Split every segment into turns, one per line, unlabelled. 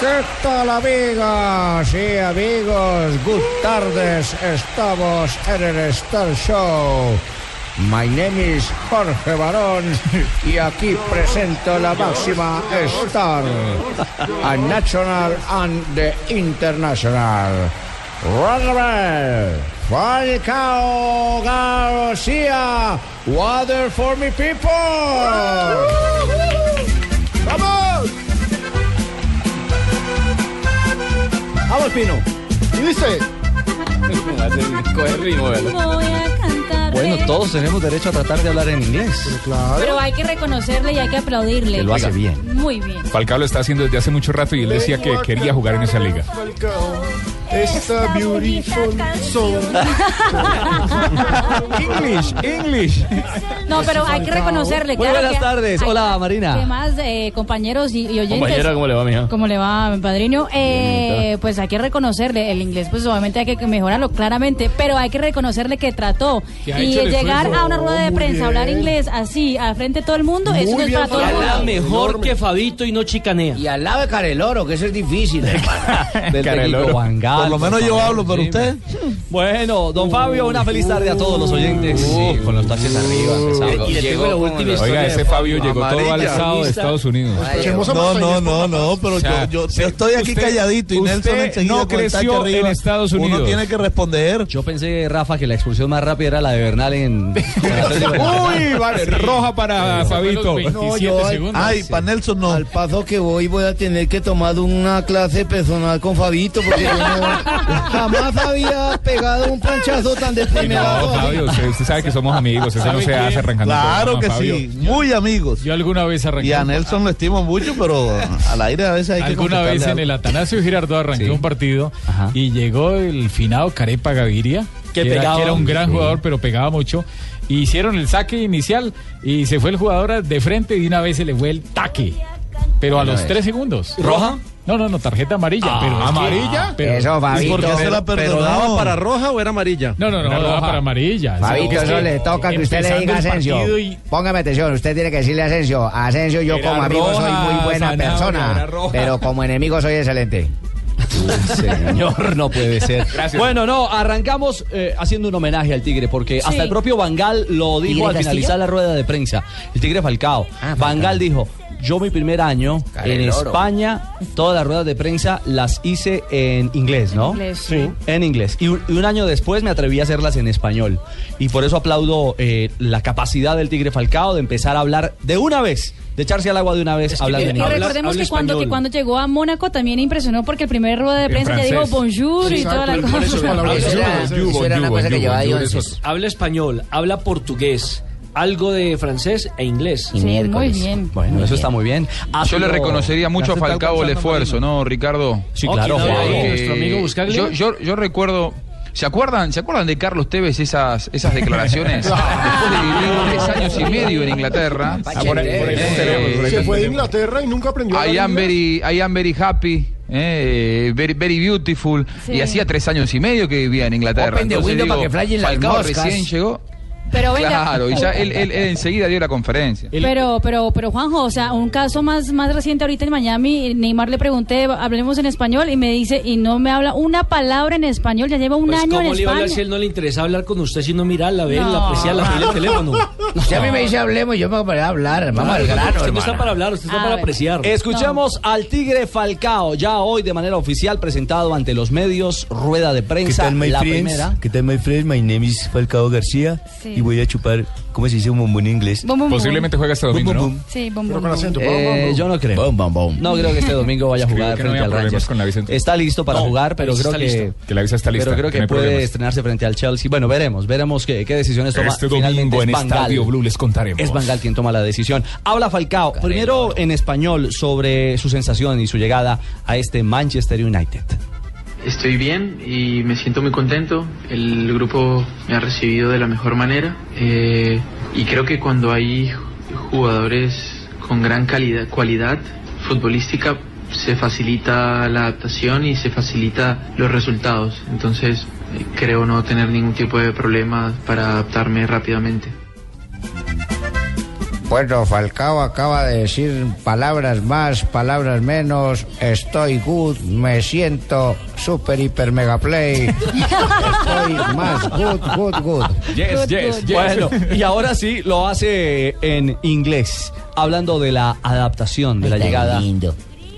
¿Qué tal amigas y amigos? Good tardes, estamos en el Star Show. My name is Jorge Barón y aquí presento la máxima star, a national and the international. Rodríguez, Falcao García, water for me people. ¡Vamos!
¡Vamos, Pino! ¿Y dice?
Voy a cantar.
Bueno,
pero-
todos tenemos derecho a tratar de hablar en inglés.
Pero hay que reconocerle y hay que aplaudirle.
Que lo hace
Oiga.
bien.
Muy bien.
Falcao lo está haciendo desde hace mucho rato y él decía que quería jugar en esa liga.
Esta beautiful song.
English, English.
No, pero
Ah,
hay que reconocerle.
Muy
claro
buenas
que-
tardes.
hay-
Hola, Marina.
¿Qué más, eh, compañeros y, y oyentes?
Compañera, ¿cómo le va, mija?
¿Cómo le va, mi padrino? Eh, pues hay que reconocerle, el inglés pues obviamente hay que mejorarlo claramente, pero hay que reconocerle que trató.
Que ha
y
hecho el
llegar
esfuerzo.
a una rueda de prensa, hablar inglés así, al frente de todo el mundo, eso no es para todo el
Habla
mundo.
mejor que Fabito y no chicanea.
Y al lado de Careloro, que eso es difícil.
Del
Careloro.
técnico Juan Galo,
Por lo menos yo hablo, pero usted. Uh,
Bueno, don Fabio, una feliz tarde a todos los oyentes. Sí, con los taxis arriba. empezamos.
y le tengo la última historia.
Oiga, ese Fabio llegó todo alzado de Estados Unidos.
No, no, no, no, pero
O sea,
yo, yo, yo
se-
estoy aquí
usted-
calladito y
usted
Nelson enseguida
no
con el tache
creció
arriba.
en Estados
Uno
Unidos.
tiene que responder.
Yo pensé, Rafa, que la expulsión más rápida era la de Bernal en...
Uy, vale, roja para Fabito.
No, yo al,
Ay, para Nelson no.
al paso que voy voy a tener que tomar una clase personal con Fabito porque yo no, jamás había pegado un planchazo tan
Y No,
despeinado.
Fabio, usted, usted sabe que somos amigos, eso no se hace arrancando.
Claro
el
que
programa, Fabio.
sí, muy amigos.
Yo alguna vez arranqué.
Y a
un-
Nelson lo estimo mucho, pero al aire a veces hay que
Alguna
contestarle
vez en
algo.
el Atanasio Girardot arranqué
Sí.
un partido
Ajá.
y llegó el finado Carepa Gaviria,
Que
que, era,
pegaba.
que era un gran
Sí.
jugador, pero pegaba mucho. y hicieron el saque inicial y se fue el jugador a- de frente y de una vez se le fue el taque. Pero a los tres segundos.
¿Roja?
No, no, no, tarjeta amarilla.
Ah,
pero ¿Amarilla?
Eso,
¿Y por qué se la
¿Pero daba
perdonaba?
para roja o era amarilla?
No, no, no,
Era
daba
roja.
para amarilla.
Fabito,
Es que
eso le toca que usted le
empezando
diga a
el
Asensio.
partido y-
Póngame atención, usted tiene que decirle a Asensio, a Asensio yo
Era
como amigo soy
roja,
muy buena
Sanabria,
persona,
era roja.
pero como enemigo soy excelente.
Señor, no puede ser. Bueno, no, arrancamos eh, haciendo un homenaje al Tigre, porque
Sí.
hasta el propio Bangal lo dijo
¿Tigre
al
Castillo?
finalizar la rueda de prensa. El Tigre Falcao. Bangal dijo, yo mi primer año en
Calderoro.
España, todas las ruedas de prensa las hice en inglés, ¿no?
Inglés.
En inglés. Y un, y un año después me atreví a hacerlas en español. Y por eso aplaudo eh, la capacidad del Tigre Falcao de empezar a hablar de una vez, de echarse al agua de una vez
Es que
hablando
mire,
en
Eh, Y
Habla-
inglés.
recordemos
habla
que, cuando, que
español.
cuando llegó a Mónaco también impresionó porque el primer rueda de prensa ya dijo
francés.
bonjour y toda la cosa.
Eso era- eso
Bonjour,
era una
bonjour,
cosa que
bonjour,
llevaba
bonjour,
Johnson.
eso.
Habla español, habla portugués, algo de francés e inglés.
Sí, muy bien.
Bueno, eso está muy bien.
Ah,
Yo le reconocería mucho a Falcao el esfuerzo, ¿no, Ricardo?
Sí,
Ok,
claro.
no,
Juan.
ahí,
Porque
nuestro amigo Buscaglia.
Yo, yo, yo recuerdo. ¿Se acuerdan, ¿Se acuerdan de Carlos Tevez esas, esas declaraciones? Después de vivir tres años y medio en Inglaterra.
Ah, por ahí- por ahí
Eh,
tenemos, por ahí
se
tenemos.
Inglaterra y nunca aprendió
I am very, I am very happy. eh, very, very beautiful.
Sí.
Y hacía tres años y medio que vivía en Inglaterra.
Open the window para que flyen las
Falcao
moscas.
recién llegó.
Pero venga.
Claro, y ya él, él- él enseguida dio la conferencia.
Pero, pero, pero Juanjo, o sea, un caso más, más reciente ahorita en Miami, Neymar le pregunté, hablemos en español, y me dice, y no me habla una palabra en español, ya lleva un
Pues,
año en
¿Cómo le iba a
España.
hablar si él no le interesa hablar con usted, sino mirarla, verla,
No.
apreciarla, pedirle el teléfono?
Si a mí me dice hablemos, yo me voy a poner a hablar, vamos al grano.
Usted no está
hermano.
para hablar, usted
A
está para
ver.
apreciar.
Escuchamos al Tigre Falcao, ya hoy de manera oficial presentado ante los medios, rueda de prensa, la primera.
¿Qué tal, my friends? My name is Falcao García
Sí. y voy
a chupar, ¿cómo se dice un bombón en inglés?
Bom, bom, bom.
Posiblemente juega este domingo, ¿no?
Sí, bom, bom, bom.
Eh, yo no creo.
Bom, bom, bom.
No creo que este domingo vaya a
Creo
jugar
que no
frente
había
al
problemas
Rangers.
con la visa.
Está listo para
No,
jugar,
la
pero
visa
creo
está
que,
lista.
Que la visa está lista,
Pero creo
que
que
no hay
puede
problemas.
estrenarse frente al Chelsea. Bueno, veremos, veremos qué, qué decisiones toma.
Este
Finalmente
domingo
es
en
Van Gaal.
Estadio Blue les contaremos.
Es Bangal quien toma la decisión. Habla Falcao, primero en español sobre su sensación y su llegada a este Manchester United.
Estoy bien y me siento muy contento. El grupo me ha recibido de la mejor manera eh, y creo que cuando hay jugadores con gran calidad, cualidad futbolística se facilita la adaptación y se facilita los resultados. Entonces eh, creo no tener ningún tipo de problema para adaptarme rápidamente.
Bueno, Falcao acaba de decir palabras más, palabras menos. Estoy good, me siento super, hiper, mega play. Estoy más good, good, good.
Yes, yes, yes. Bueno, y ahora sí lo hace en inglés, hablando de la adaptación, de la
Está
llegada.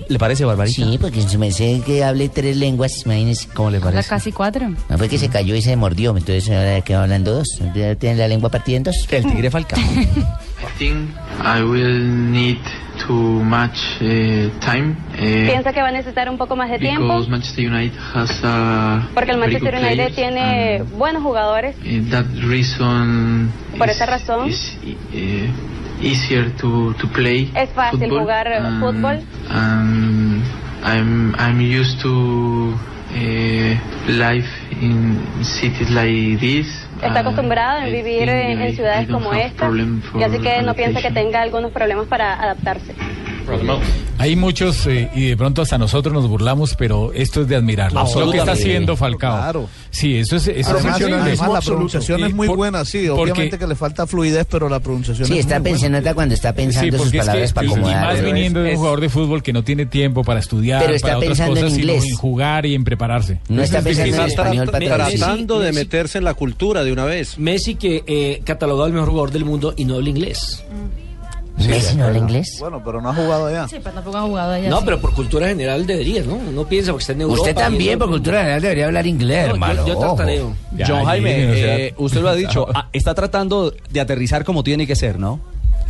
¿Le parece, Barbarita?
Sí, porque en su merced que hable tres lenguas, imagínense. ¿Cómo le
Habla casi cuatro.
No fue que se cayó y se mordió, entonces ahora quedó hablando dos. Ya ¿Tiene la lengua partida en dos?
El tigre Falcao.
I think I will need too much eh, time. eh,
Piensa que va a necesitar un poco más de tiempo
Because Manchester United has a
porque el
very
Manchester
good players
United
Ah.
tiene buenos jugadores.
and, eh, that reason
Por
is-
esa razón
is, eh, easier to, to play
es fácil
football,
jugar
and-
fútbol.
and I'm I'm used to eh, life in cities like this.
Está acostumbrada a
I
vivir
think
en, en
I- Ah. I
ciudades
don't
como
have
esta
problem
y
for
así que no piensa que
adaptation.
tenga algunos problemas para adaptarse.
Hay muchos, eh, y de pronto hasta nosotros nos burlamos, pero esto es de admirar. Lo que está
Absolutamente.
haciendo Falcao.
Claro.
Sí, eso es. Eso es
Además,
increíble.
además, la pronunciación
Y
es muy
por-
buena, sí.
porque-
Obviamente que le falta fluidez, pero la pronunciación
Sí,
es
está
muy
pensando
buena.
cuando está
Sí, porque es que- y- y más viniendo de un
es-
jugador de fútbol que no tiene tiempo para estudiar,
Pero está
para otras
pensando en
cosas, sino
inglés.
en jugar y en prepararse.
No está
Entonces,
pensando en
quizás
español,
tra-
patrón.
tra-
Tratando de
meterse en la cultura de una vez.
Messi que eh, catalogado el mejor jugador del mundo y no habla inglés.
¿Messi no habla inglés?
Bueno, pero no ha jugado allá.
Sí, pero tampoco ha jugado allá.
No,
sí.
pero por cultura general deberías, ¿no? No piensa porque está en Europa.
Usted también, por cultura general, debería hablar inglés,
No, yo-
hermano.
yo tartareo.
Ojo.
John Jaime,
miren, o sea-
eh, usted lo ha dicho, ah, está tratando de aterrizar como tiene que ser, ¿no?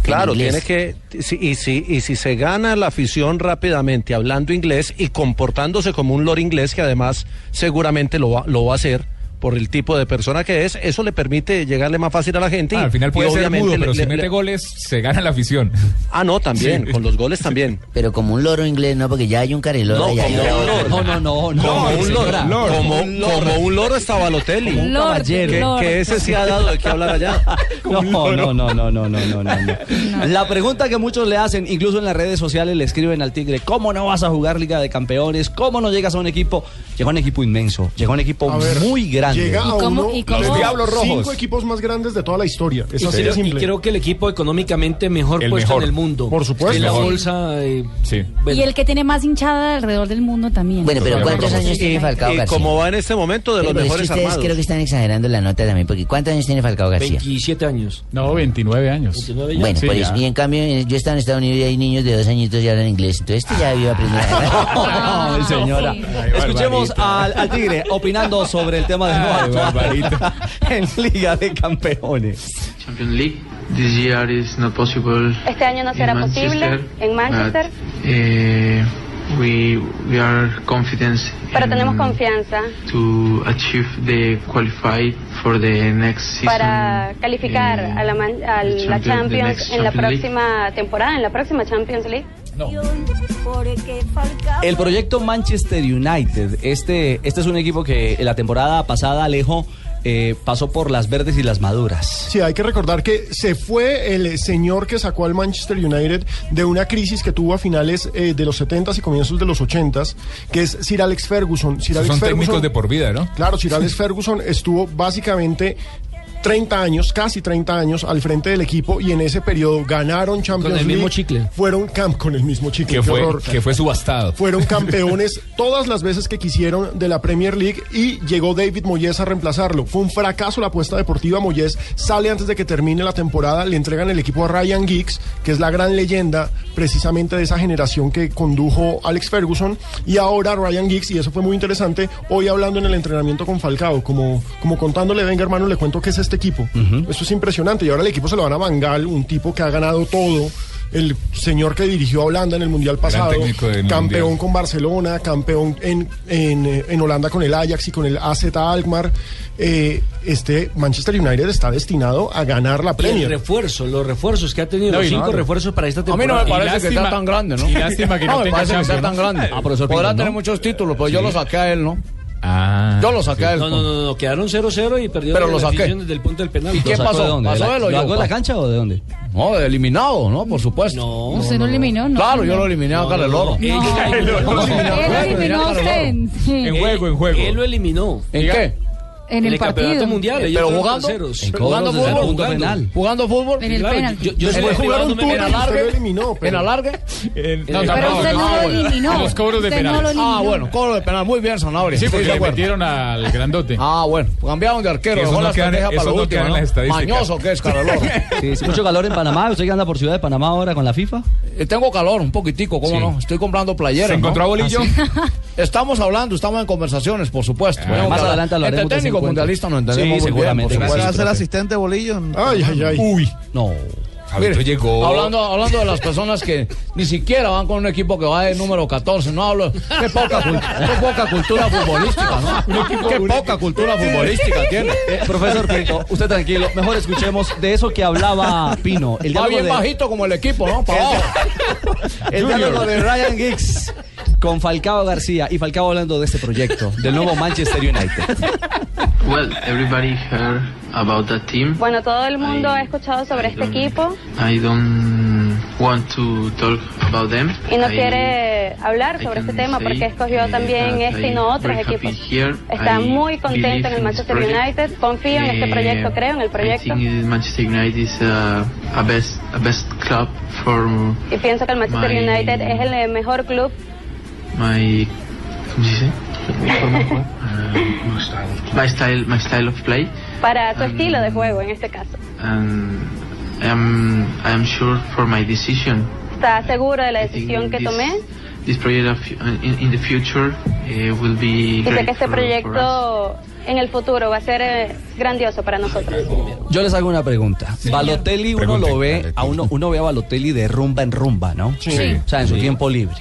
Claro,
En
tiene
inglés.
que. si- Y si, y si se gana la afición rápidamente hablando inglés y comportándose como un lord inglés, que además seguramente lo va, lo va a hacer por el tipo de persona que es, eso le permite llegarle más fácil a la gente.
Ah,
y-
al final
y
puede ser
obviamente
mudo,
le-
pero si
le-
mete
le-
goles, se gana la afición.
Ah, no, también, con los goles también.
Pero como un loro inglés, no, porque ya hay un cariloro.
No,
ya hay
como
un-
un lord.
No, no, no, no.
Como un lord.
señora.
Como, como un loro está Balotelli.
Como un Lord, caballero.
Que,
lord.
que ese sí ha dado de qué hablar allá.
No, no, no, no, no, no, no, no, no. La pregunta que muchos le hacen, incluso en las redes sociales, le escriben al Tigre, ¿cómo no vas a jugar Liga de Campeones? ¿Cómo no llegas a un equipo? Llegó a un equipo inmenso, llegó a un equipo
A ver,
muy grande.
Llega a uno de
Los
los
Diablos
cinco
Rojos.
equipos más grandes de toda la historia. Es
Y
así de
creo, y
simple.
creo que el equipo económicamente mejor
El
puesto
mejor.
en el mundo.
Por supuesto.
En
El
la
mejor.
bolsa. eh,
Y el que tiene más hinchada alrededor del mundo también.
Bueno, pero ¿cuántos años tiene Falcao
Y
García?
como va en este momento de los
Pero es que
mejores
ustedes
armados.
creo que están exagerando la nota también, porque ¿cuántos años tiene Falcao García?
27 años.
No, 29 años.
Bueno,
Sí,
por
ya.
eso. Y en cambio, eh, yo estaba en Estados Unidos y hay niños de dos añitos y hablan inglés. Entonces, este ya iba a aprender.
Ay, señora. Escuchemos al, al Tigre opinando sobre el tema de no
Ay,
actuar en Liga de Campeones.
Champions League this year is not possible.
Este año no
in
será
Manchester,
posible en Manchester,
but, eh, we we are confident
pero
in-
tenemos confianza
to achieve the qualified for the next season.
para calificar
eh,
a la, man- a la
Champions, the
Champions
next
en la
Champions League.
próxima temporada, en la próxima Champions League.
El proyecto Manchester United, este, este es un equipo que la temporada pasada, Alejo, eh, pasó por las verdes y las maduras.
Sí, hay que recordar que se fue el señor que sacó al Manchester United de una crisis que tuvo a finales eh, de los 70s y comienzos de los 80s, que es Sir Alex Ferguson. Sir
Esos
Alex
son
Ferguson,
técnicos de por vida, ¿no?
Claro, Sir Alex Ferguson estuvo básicamente 30 años, casi 30 años al frente del equipo y en ese periodo ganaron Champions
el mismo
League,
chicle.
Fueron camp con el mismo chicle.
Que
qué
fue,
horror.
que fue subastado.
Fueron campeones todas las veces que quisieron de la Premier League y llegó David Moyes a reemplazarlo. Fue un fracaso la apuesta deportiva. Moyes sale antes de que termine la temporada, le entregan el equipo a Ryan Giggs, que es la gran leyenda precisamente de esa generación que condujo Alex Ferguson. Y ahora Ryan Giggs, y eso fue muy interesante, hoy hablando en el entrenamiento con Falcao, como, como contándole, venga hermano, le cuento qué es este equipo. Eso es impresionante. Y ahora el equipo se lo van a Bangal, un tipo que ha ganado todo. El señor que dirigió a Holanda en el Mundial pasado,
técnico del
campeón
Mundial.
con Barcelona, campeón en, en, eh, en Holanda con el Ajax y con el AZ Alkmaar. Eh, este Manchester United está destinado a ganar
Y
la
el
Premier.
refuerzo, los refuerzos que ha tenido,
No,
los
y
cinco
no,
refuerzos para esta
a mí
temporada.
no me parece
Y
que
lástima-
está tan grande, ¿no?
y lástima
No, me
parece que sea tan grande.
Ah, profesor
Podrá
Pinto, ¿no?
tener muchos títulos, pero yo lo saqué a él, ¿no?
Yo lo saqué
sí.
No, no, no, no, quedaron 0-0 y perdió
Pero
la
lo saqué.
afición desde el punto del penal.
¿Y qué pasó? ¿Pasó de lo yo?
cancha o de dónde?
No, de eliminado, ¿no? Por supuesto.
Usted no eliminó, ¿no?
Claro, yo lo eliminé a Carleloro.
Él eliminó a usted. Sí.
juego, en juego. Él lo eliminó.
¿En qué?
En el partido.
campeonato mundial. ellos
Pero
fueron
jugando,
terceros.
jugando
Desde el
fútbol,
punto
jugando,
penal.
jugando fútbol.
En el
Claro,
penal.
yo- yo
Después
estoy
jugaron
privándome
turno,
de
en
la-
alargue,
usted lo
eliminó,
en alargue.
no,
Pero tampoco. usted no lo eliminó.
Los cobros de
Usted no
penales.
lo eliminó.
Ah, bueno, cobro de penal, muy bien, Sanabria.
Sí,
estoy
porque
de
le
acuerdo.
metieron al grandote.
Ah, bueno, cambiaron de arquero,
Que esos
dejó
no
la
quedan-
estrategia para
esos
lo
no
último,
quedan en las estadísticas.
Mañoso que es Carleloro.
Sí, sí, mucho calor en Panamá. ¿Usted que anda por Ciudad de Panamá ahora con la FIFA?
Eh, Tengo calor, un poquitico, ¿cómo
Sí.
no? Estoy comprando playeras.
¿Se encontró
¿no?
a Bolillo?
Ah, sí. Estamos hablando, estamos en conversaciones, por supuesto.
Ah, más adelante lo
Entre
haremos de ese
técnico
encuentro.
mundialista no entendemos
Sí,
muy bien,
seguramente.
por
Gracias,
supuesto.
profe.
asistente Bolillo?
Ay, ay, ay.
Uy. No.
Fabito
Mire,
llegó.
Hablando, hablando de las personas que ni siquiera van con un equipo que va de número 14, no hablo. Qué poca, cul- qué poca cultura futbolística, ¿no? Qué poca cultura futbolística tiene.
Eh, profesor Pinto, usted tranquilo. Mejor escuchemos de eso que hablaba Pino. El
va
diálogo
bien
de-
bajito como el equipo, ¿no? Para abajo.
El diálogo de Ryan Giggs con Falcao García y Falcao hablando de este proyecto, del nuevo Manchester United.
Well, everybody heard about that team.
Bueno, todo el mundo ha escuchado sobre este equipo
I don't want to talk about them.
y no
I-
quiere hablar
I
sobre este
can
tema
say,
porque escogió
eh,
también
that
este y
I'm
no otros
very happy
equipos.
here.
Está
I
muy
believe
contento en el
in this
Manchester
project.
United, confío en este
Eh,
proyecto, creo en el
I
proyecto
think Manchester United is uh, a best a best club for
y pienso que el Manchester
my-
United es el eh, mejor club
my ¿cómo se dice? Uh, my style my style of play
para su estilo de juego en este caso.
and I'm I'm sure for my decision
Está seguro de la decisión que tomé
this project of- uh, in, in the future eh, will be
y sé
great
que este
for- for us.
proyecto en el futuro va a ser eh, grandioso para nosotros.
Yo les hago una pregunta. Balotelli, uno lo ve, a uno, uno ve a Balotelli de rumba en rumba, ¿no?
Sí. Sí.
O sea, en su tiempo libre.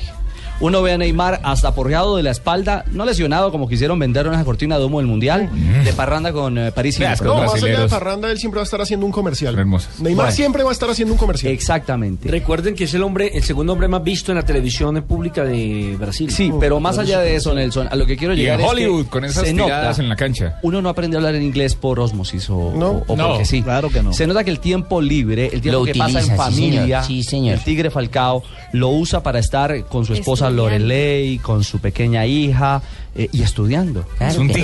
Uno ve a Neymar hasta porreado de la espalda, no lesionado como quisieron vender una cortina de humo del Mundial,
Mm.
de parranda con eh, París y
No, más allá de Parranda, él siempre va a estar haciendo un comercial. Neymar
Bueno.
siempre va a estar haciendo un comercial.
Exactamente.
Recuerden que es el hombre, el segundo hombre más visto en la televisión pública de Brasil.
Sí,
Oh,
pero más allá de eso, Nelson, a lo que quiero
Y en
llegar es que
Hollywood, con esas
se
tiradas
nota
en la cancha.
Uno no aprende a hablar en inglés por osmosis o,
No.
o
No,
porque sí. Claro que no. Se nota que el tiempo libre, el tiempo
Lo
que
utiliza,
pasa en
sí,
familia,
señor. Sí, señor.
el tigre Falcao lo usa para estar con su esposa
Estudiando.
Lorelei, con su pequeña hija eh, y estudiando.
Claro que- a- a- A los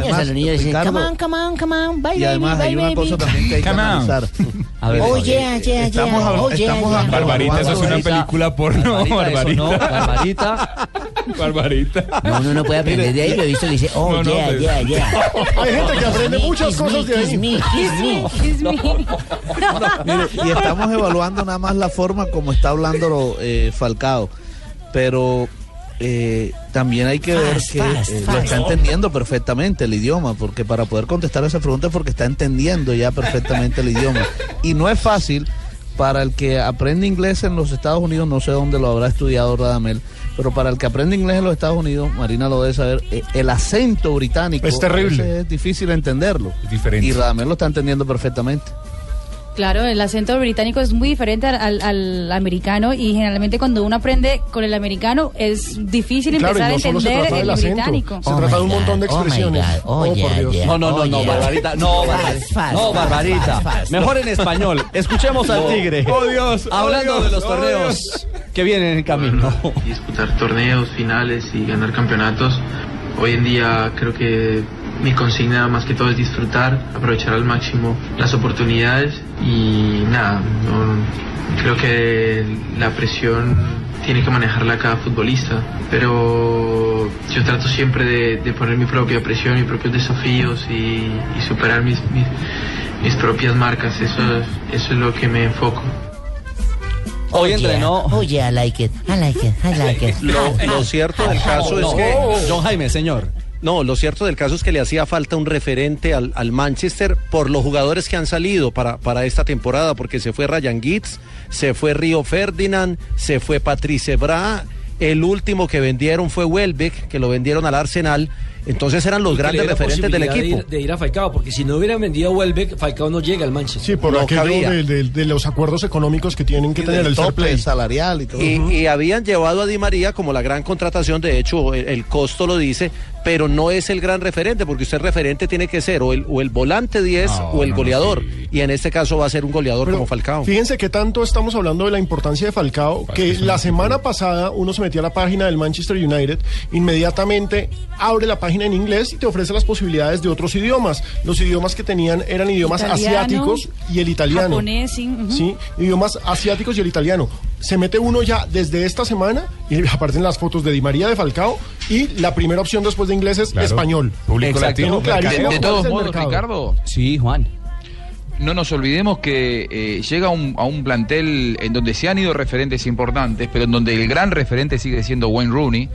niños, a los niños dicen,
Ricardo,
come on, come on, come on, bye,
Y además
baby,
hay
bye,
una
baby".
cosa también que hay que
Come on.
analizar.
A ver,
Oh, yeah, yeah,
Estamos
yeah.
habla-
Oh, yeah,
estamos
yeah.
hablando-
Barbarita, eso es una
Barbarita.
película porno.
Barbarita, eso no,
Barbarita. Barbarita.
No, uno no puede aprender de ahí, lo he visto que dice, oh,
No, no,
yeah,
pues.
pero-
yeah, yeah.
Hay gente que aprende
Kiss me,
muchas
kiss
cosas
me,
de ahí.
kiss me, kiss me.
Mire, y estamos evaluando nada más la forma como está hablando eh, Falcao, pero eh, también hay que ver
Fast,
que
fast,
eh, lo
fast.
está entendiendo perfectamente el idioma, porque para poder contestar esa pregunta es porque está entendiendo ya perfectamente el idioma. Y no es fácil para el que aprende inglés en los Estados Unidos, no sé dónde lo habrá estudiado Radamel, pero para el que aprende inglés en los Estados Unidos, Marina lo debe saber, eh, el acento británico
Es terrible.
ese Es difícil entenderlo.
diferente.
Y Radamel lo está entendiendo perfectamente.
Claro, el acento británico es muy diferente al, al- al americano y generalmente cuando uno aprende con el americano es difícil
Claro, y
empezar
no
a
solo se
entender
trata
el
del acento.
británico.
Se trata de un montón de expresiones.
Oh,
Oh, por
yeah,
Dios.
yeah.
No, no, no,
Oh,
no,
yeah.
Barbarita, no,
Fast,
Barbarita.
fast,
No,
fast,
Barbarita.
fast, fast.
Mejor en español. Escuchemos al
No.
tigre.
Oh, Dios, oh,
Hablando de
Dios,
los
oh,
torneos que vienen en camino.
disputar torneos, finales y ganar campeonatos. Hoy en día creo que mi consigna más que todo es disfrutar, aprovechar al máximo las oportunidades y nada, no- creo que la presión tiene que manejarla cada futbolista, pero yo trato siempre de, de poner mi propia presión, mis propios desafíos y, y superar mis, mis, mis propias marcas, eso, eso es lo que me enfoco.
Hoy entrenó.
Oh, yeah, I like it, I like it, I like it.
Lo, lo cierto del caso es
No,
que.
John Jaime, señor.
No, lo cierto del caso es que le hacía falta un referente al, al Manchester por los jugadores que han salido para, para esta temporada, porque se fue Ryan Giggs, se fue Río Ferdinand, se fue Patrice Bra, el último que vendieron fue Welbeck, que lo vendieron al Arsenal, entonces eran los
Que le
grandes
dé la
referentes del
posibilidad de
equipo.
ir- De ir, a Falcao, porque si no hubieran vendido a Welbeck, Falcao no llega al Manchester.
Sí, por
No cabía.
aquello de, de- de los acuerdos económicos que tienen que
Y
tener
del
el fair
tope
play.
salarial y todo.
Y, y habían llevado a Di María como la gran contratación, de hecho el, el costo lo dice, pero no es el gran referente, porque usted referente tiene que ser o el, o el volante 10 o el goleador. Y en este caso va a ser un goleador como Falcao.
Fíjense que tanto estamos hablando de la importancia de Falcao, que la semana pasada uno se metía a la página del Manchester United, inmediatamente abre la página en inglés y te ofrece las posibilidades de otros idiomas. Los idiomas que tenían eran idiomas
Italiano,
asiáticos y el italiano.
Japonés, sí. ujú.
Sí, idiomas asiáticos y el italiano. Se mete uno ya desde esta semana y aparecen las fotos de Di María de Falcao y la primera opción después de inglés es
Claro.
español.
Público latino,
Tengo clarísimo
mercado. De-
cuál
de todos
es el
modos,
mercado.
Ricardo.
Sí, Juan.
No nos olvidemos que eh, llega un- a un plantel en donde se han ido referentes importantes, pero en donde el gran referente sigue siendo Wayne Rooney.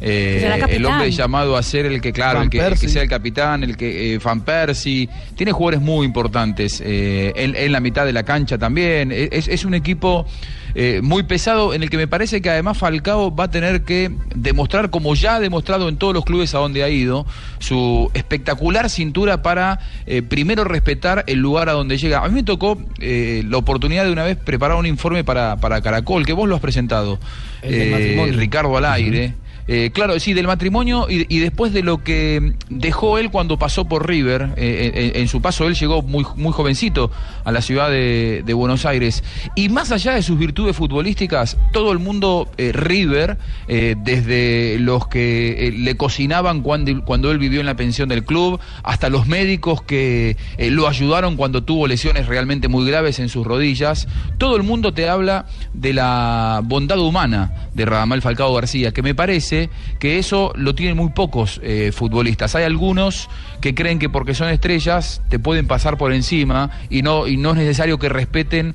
eh,
Será
el
capitán.
hombre llamado a ser el que, claro,
Van
el que, el que
Persie.
sea el capitán, el que eh, Van Persie. Tiene jugadores muy importantes eh, en, en la mitad de la cancha también. E, Es, es un equipo eh, muy pesado en el que me parece que además Falcao va a tener que demostrar, como ya ha demostrado en todos los clubes a donde ha ido, su espectacular cintura para eh, primero respetar el lugar a donde llega. A mí me tocó eh, la oportunidad de una vez preparar un informe para, para Caracol, que vos lo has presentado,
El del matrimonio.
Eh, Ricardo al aire. Eh, claro, sí, del matrimonio y, y después de lo que dejó él cuando pasó por River, eh, eh, en su paso él llegó muy, muy jovencito a la ciudad de, de Buenos Aires. Y más allá de sus virtudes futbolísticas, todo el mundo eh, River, eh, desde los que eh, le cocinaban cuando, cuando él vivió en la pensión del club, hasta los médicos que eh, lo ayudaron cuando tuvo lesiones realmente muy graves en sus rodillas, todo el mundo te habla de la bondad humana de Radamel Falcao García, que me parece que eso lo tienen muy pocos eh, futbolistas. Hay algunos que creen que porque son estrellas te pueden pasar por encima y no, y no es necesario que respeten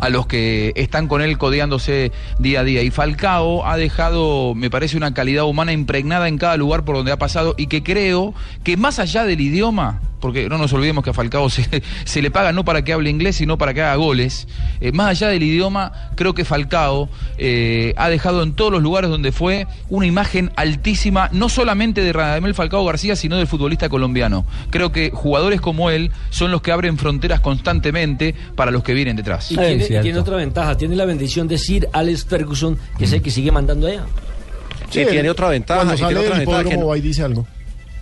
a los que están con él codeándose día a día. Y Falcao ha dejado, me parece, una calidad humana impregnada en cada lugar por donde ha pasado y que creo que más allá del idioma, porque no nos olvidemos que a Falcao se, se le paga no para que hable inglés, sino para que haga goles, eh, más allá del idioma, creo que Falcao eh, ha dejado en todos los lugares donde fue una imagen altísima, no solamente de Radamel Falcao García, sino del futbolista colombiano. Creo que jugadores como él son los que abren fronteras constantemente para los que vienen detrás.
Y tiene, y tiene otra ventaja, tiene la bendición de Sir Alex Ferguson, que es el que sigue mandando allá.
Sí, tiene otra ventaja.
cuando
y tiene
sale
otra
del
ventaja
hipódromo
no-
va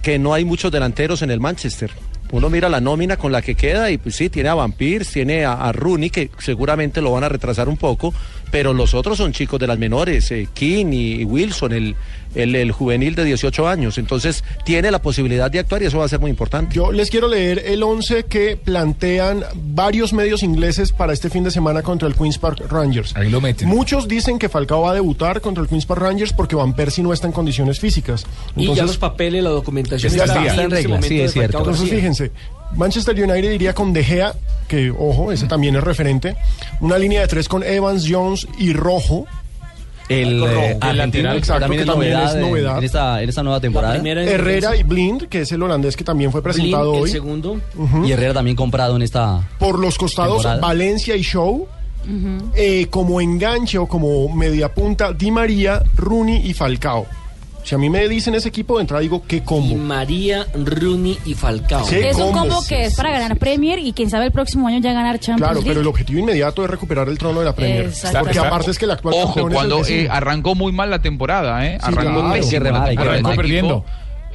que no hay muchos delanteros en el Manchester. Uno mira la nómina con la que queda y pues sí, tiene a Vampirs, tiene a, a Rooney, que seguramente lo van a retrasar un poco, pero los otros son chicos de las menores, eh, King y, y Wilson, el, el, el juvenil de 18 años. Entonces tiene la posibilidad de actuar y eso va a ser muy importante.
Yo les quiero leer el 11 que plantean varios medios ingleses para este fin de semana contra el Queen's Park Rangers. Ahí lo meten. Muchos dicen que Falcao va a debutar contra el Queen's Park Rangers porque Van Persie no está en condiciones físicas.
Y ya los papeles, la documentación bien este momento de Falcao
Entonces,
García.
fíjense, Manchester United iría con De Gea, que, ojo, ese también es referente. Una línea de tres con Evans, Jones y Rojo.
El,
Marco
eh,
Rojo,
argentino
lateral,
que
exacto,
también
que
es
también
novedad
es
en-
novedad.
En, esta, en esta nueva temporada.
Herrera y Blind, que es el holandés que también fue presentado
Blind, el
hoy.
segundo.
Y Herrera también comprado en esta.
Por los costados,
Temporada.
Valencia y Show. Eh, como enganche o como media punta, Di María, Rooney y Falcao. Si a mí me dicen ese equipo de entrada, digo que combo.
María, Rooney y Falcao.
¿Qué
es un
combo?
combo que es para ganar Premier y quién sabe el próximo año ya ganar Champions
Claro, pero el
League.
objetivo inmediato es recuperar el trono de la Premier.
Exacto.
Porque
Está-
aparte es que el actual
Ojo,
campeón es el
cuando
vecino.
eh, arrancó muy mal la temporada, ¿eh?
Sí,
arrancó
claro.
pésimo la
Arrancó
temporada. Este equipo
perdiendo.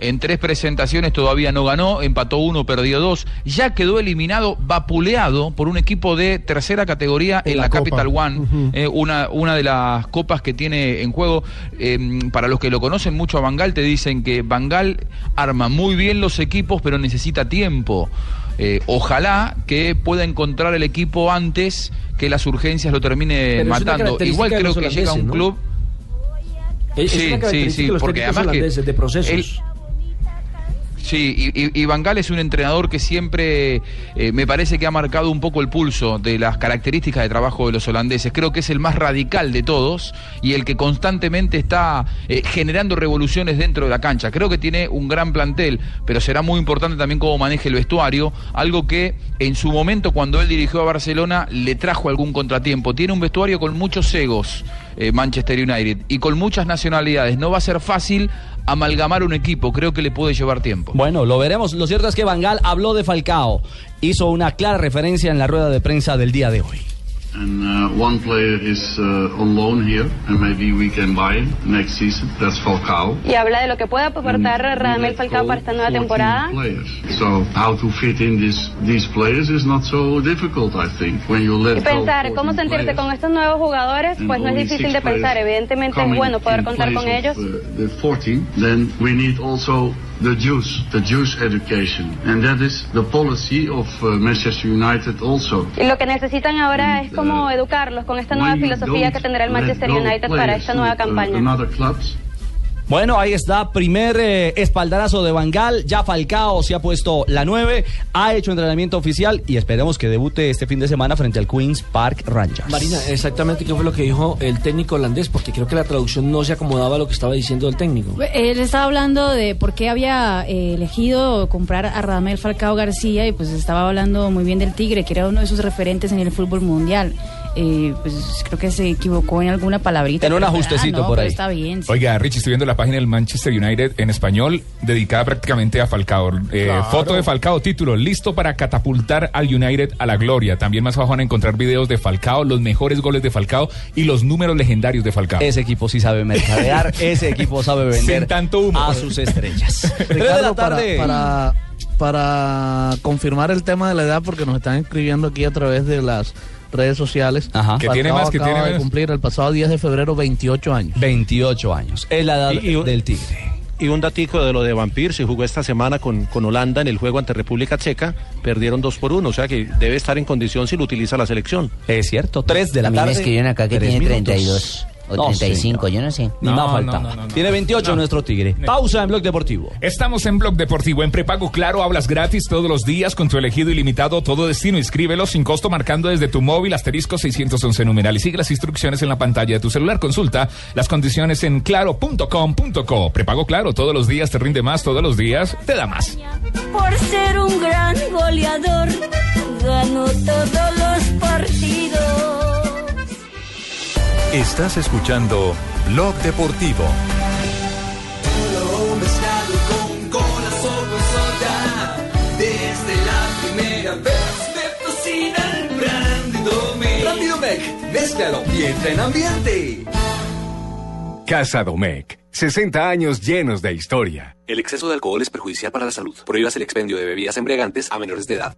En tres presentaciones todavía no ganó, empató uno, perdió dos. Ya quedó eliminado, vapuleado por un equipo de tercera categoría en, la,
Copa.
Capital One, eh, una, una de las copas que tiene en juego. Eh, para los que lo conocen mucho a Bangal, te dicen que Bangal arma muy bien los equipos, pero necesita tiempo. Eh, ojalá que pueda encontrar el equipo antes que las urgencias lo termine
Pero es una
matando.
característica
Igual
de
creo
los
que llega a un
holandeses, ¿no?
club.
Es- es una característica de los técnicos holandeses, de procesos.
Sí, y, y- y Van Gaal es un entrenador que siempre eh, me parece que ha marcado un poco el pulso de las características de trabajo de los holandeses. Creo que es el más radical de todos y el que constantemente está eh, generando revoluciones dentro de la cancha. Creo que tiene un gran plantel, pero será muy importante también cómo maneje el vestuario, algo que en su momento cuando él dirigió a Barcelona le trajo algún contratiempo. Tiene un vestuario con muchos egos eh, Manchester United y con muchas nacionalidades. No va a ser fácil amalgamar un equipo, creo que le puede llevar tiempo.
Bueno, lo veremos. Lo cierto es que Bangal habló de Falcao. Hizo una clara referencia en la rueda de prensa del día de hoy.
And uh, one player is uh, on loan here, and maybe we can buy him next season. That's Falcao.
Y habla de lo que puede aportar Radamel Falcao para esta nueva temporada.
Players. So how to fit in this, these players is not so difficult, I think. When you let
Y
go
pensar,
14
cómo sentirse
players,
con estos nuevos jugadores, pues no es difícil de pensar. Evidentemente es
coming
bueno poder
in
contar con
place
ellos.
of, uh, The 14, then we need also the Jews, the Jews education, and that is the policy of uh, Manchester United also.
Y lo que necesitan ahora es cómo educarlos con esta nueva filosofía que tendrá el Manchester
um, Let go
United Este para
players
esta nueva
to, uh,
campaña.
another clubs.
Bueno, ahí está, primer eh, espaldarazo de Bangal, ya Falcao se ha puesto la 9, ha hecho entrenamiento oficial y esperemos que debute este fin de semana frente al Queen's Park Rangers.
Marina, exactamente qué fue lo que dijo el técnico holandés, porque creo que la traducción no se acomodaba a lo que estaba diciendo el técnico.
Él estaba hablando de por qué había eh, elegido comprar a Radamel Falcao García y pues estaba hablando muy bien del Tigre, que era uno de sus referentes en el fútbol mundial. Eh, pues creo que se equivocó en alguna palabrita.
Tenía un
pero- ah,
ajustecito
no,
por
pero
ahí.
Está bien. sí.
Oiga, Richie, estoy viendo la página del Manchester United en español, dedicada prácticamente a Falcao. Eh,
Claro.
Foto de Falcao, título, listo para catapultar al United a la gloria. También más abajo van a encontrar videos de Falcao, los mejores goles de Falcao y los números legendarios de Falcao.
Ese equipo sí sabe mercadear, ese equipo sabe vender
Sin tanto humo.
a sus estrellas. Tres de la
Ricardo, para,
tarde.
para, para confirmar el tema de la edad, porque nos están escribiendo aquí a través de las redes sociales.
Que tiene
Falcao
más, que
acaba
tiene
de
menos.
cumplir el pasado 10 de febrero 28 años.
28 años. Es la edad del Tigre.
Y un datico de lo de Vampir, se jugó esta semana con, con Holanda en el juego ante República Checa, perdieron 2 por 1, o sea que debe estar en condición si lo utiliza la selección.
Es cierto, 3 de la
A mí me
tarde.
escribieron acá que tiene
32 o 35, yo no sé.
Ni
No,
más
no,
falta.
no, no, no.
tiene 28 nuestro Tigre. Pausa en Blog Deportivo.
Estamos en Blog Deportivo. En prepago claro, hablas gratis todos los días con tu elegido ilimitado todo destino. Inscríbelo sin costo marcando desde tu móvil asterisco 611 numeral y sigue las instrucciones en la pantalla de tu celular. Consulta las condiciones en claro.com.co. Prepago claro, todos los días te rinde más, todos los días te da más.
Por ser un gran goleador, ganó todos los partidos.
Estás escuchando Blog Deportivo.
Lo mezclado con corazón soda Desde la primera vez me fascina el brandy Domecq Brandy Domecq, mézclalo y entra en ambiente
Casa Domecq, 60 años llenos de historia.
El exceso de alcohol es perjudicial para la salud. Prohíbas el expendio de bebidas embriagantes a menores de edad.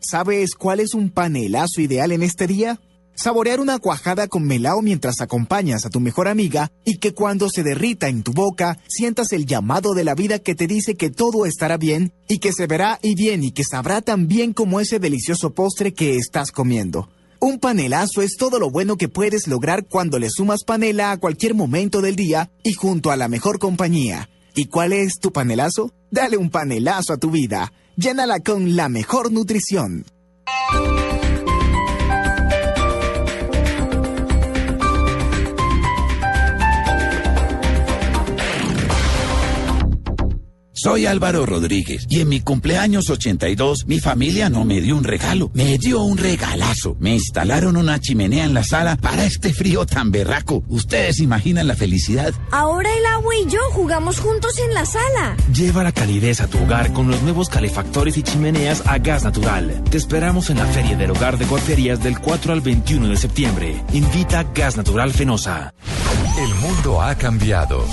¿Sabes cuál es un panelazo ideal en este día? Saborear una cuajada con melao mientras acompañas a tu mejor amiga y que cuando se derrita en tu boca sientas el llamado de la vida que te dice que todo estará bien y que se verá y bien y que sabrá tan bien como ese delicioso postre que estás comiendo. Un panelazo es todo lo bueno que puedes lograr cuando le sumas panela a cualquier momento del día y junto a la mejor compañía. ¿Y cuál es tu panelazo? Dale un panelazo a tu vida. Llénala con la mejor nutrición.
Soy Álvaro Rodríguez y en mi cumpleaños 82 mi familia no me dio un regalo, me dio un regalazo. Me instalaron una chimenea en la sala para este frío tan berraco. Ustedes imaginan la felicidad.
Ahora el agua y yo jugamos juntos en la sala.
Lleva la calidez a tu hogar con los nuevos calefactores y chimeneas a gas natural. Te esperamos en la Feria del Hogar de Guarderías del 4 al 21 de septiembre. Invita Gas Natural Fenosa.
El mundo ha cambiado.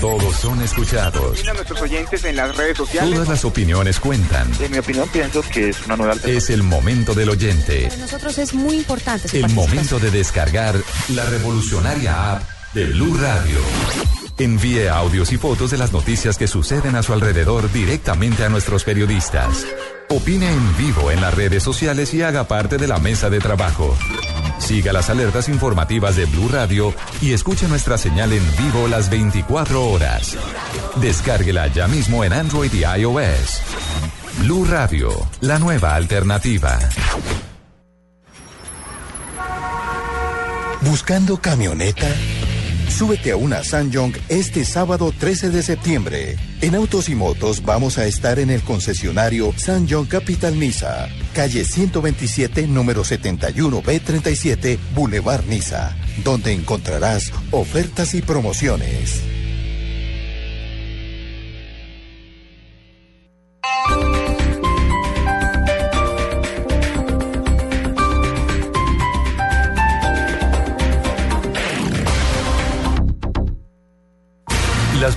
Todos son escuchados.
a nuestros oyentes en las redes
Todas las opiniones cuentan.
En mi opinión pienso que es una nueva
Es el momento del oyente.
Para nosotros es muy importante su
El
participación.
momento de descargar la revolucionaria app de Blue Radio. Envíe audios y fotos de las noticias que suceden a su alrededor directamente a nuestros periodistas. Opine en vivo en las redes sociales y haga parte de la mesa de trabajo. Siga las alertas informativas de Blue Radio y escuche nuestra señal en vivo las 24 horas. Descárguela ya mismo en Android y iOS. Blue Radio, la nueva alternativa.
¿Buscando camioneta? Súbete a una Sanyong este sábado 13 de septiembre. En Autos y Motos vamos a estar en el concesionario Sanyong Capital Nisa, calle 127, número 71B37, Boulevard Nisa, donde encontrarás ofertas y promociones.
Las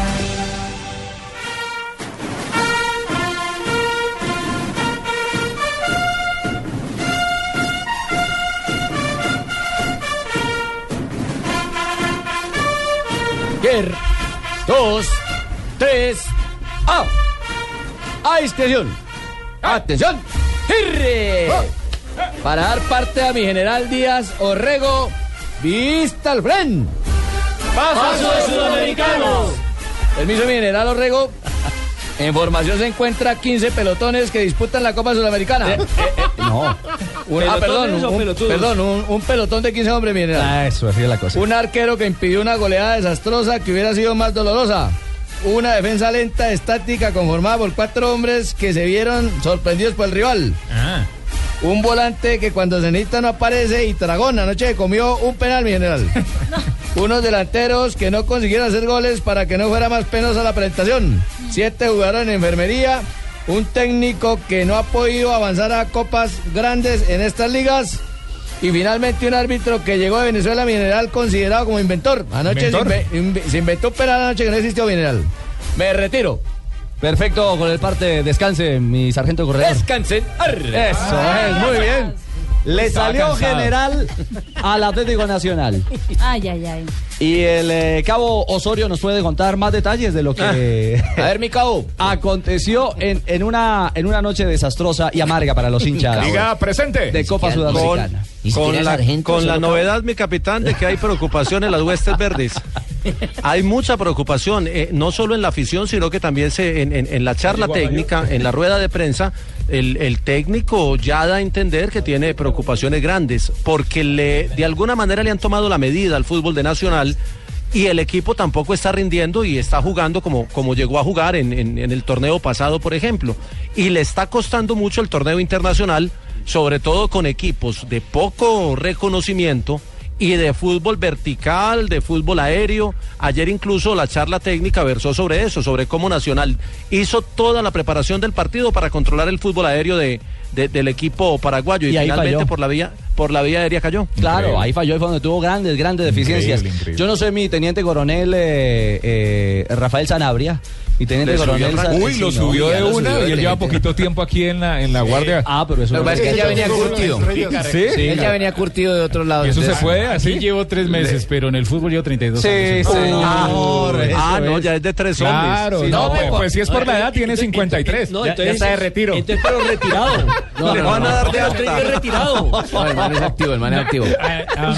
Ger, dos, tres, ¡ah! ¡Atención! ¡Atención! ¡Girre! Para dar parte a mi general Díaz Orrego, vista al frente.
Paso de Sudamericanos.
Permiso, mi general Orrego. En formación se encuentra 15 pelotones que disputan la Copa Sudamericana. no. ah, perdón,
¿Pelotones o
un,
pelotudos?
perdón un, un pelotón de 15 hombres, mi general.
Ah, eso, así es la cosa.
Un arquero que impidió una goleada desastrosa que hubiera sido más dolorosa. Una defensa lenta, estática, conformada por cuatro hombres que se vieron sorprendidos por el rival. Un volante que cuando se necesita no aparece y Tragón anoche comió un penal, mi general. Unos delanteros que no consiguieron hacer goles para que no fuera más penosa la presentación. Siete jugaron en enfermería. Un técnico que no ha podido avanzar a copas grandes en estas ligas. Y finalmente un árbitro que llegó de Venezuela, mi general, considerado como inventor. Anoche se,
¿Inventor?
inve- inve- se inventó un penal anoche que no existió, mi general. Me retiro.
Perfecto, con el parte, descanse, mi sargento corredor.
Descansen.
Ah, Eso es, muy bien.
Le
Estaba
salió
cansado.
general al Atlético Nacional.
Ay, ay, ay.
Y el eh, cabo Osorio nos puede contar más detalles de lo que Ah. a ver, mi cabo, aconteció en, en una, en una noche desastrosa y amarga para los hinchas.
Liga presente.
De Copa
Con,
Sudamericana.
con la, con la novedad, mi capitán, de que hay preocupación en las huestes verdes. Hay mucha preocupación, eh, no solo en la afición, sino que también se, en, en- en la charla técnica, en la rueda de prensa, el, el técnico ya da a entender que tiene preocupaciones grandes, porque le, de alguna manera le han tomado la medida al fútbol de Nacional. Y el equipo tampoco está rindiendo y está jugando como, como llegó a jugar en, en- en el torneo pasado, por ejemplo. Y le está costando mucho el torneo internacional, sobre todo con equipos de poco reconocimiento y de fútbol vertical, de fútbol aéreo. Ayer incluso la charla técnica versó sobre eso, sobre cómo Nacional hizo toda la preparación del partido para controlar el fútbol aéreo de, de- del equipo paraguayo y,
Y ahí
finalmente
falló.
por la vía por la vía aérea cayó.
Claro, ahí falló y fue donde tuvo grandes, grandes
Increíble,
deficiencias.
increíble.
Yo no soy mi teniente coronel eh, eh, Rafael Sanabria,
Y teniente coronel.
Uy, lo subió de una y él lleva poquito tiempo aquí en la, en la guardia.
Ah, pero eso
Lo que pasa es que él ya venía curtido.
Sí.
Él ya venía curtido de otros lados.
¿Y eso se
entonces-
puede así?
llevo tres meses, pero en el fútbol llevo 32 años.
Ah, no, ya es de tres
Claro,
hombres. Sí,
no,
no,
pues,
pues,
pues si es por la edad, tiene 53.
no, entonces-
Entonces, pero retirado.
No, Le no, van a no. dar de
Pero tiene que ir retirado.
No, el man es activo, el man es activo.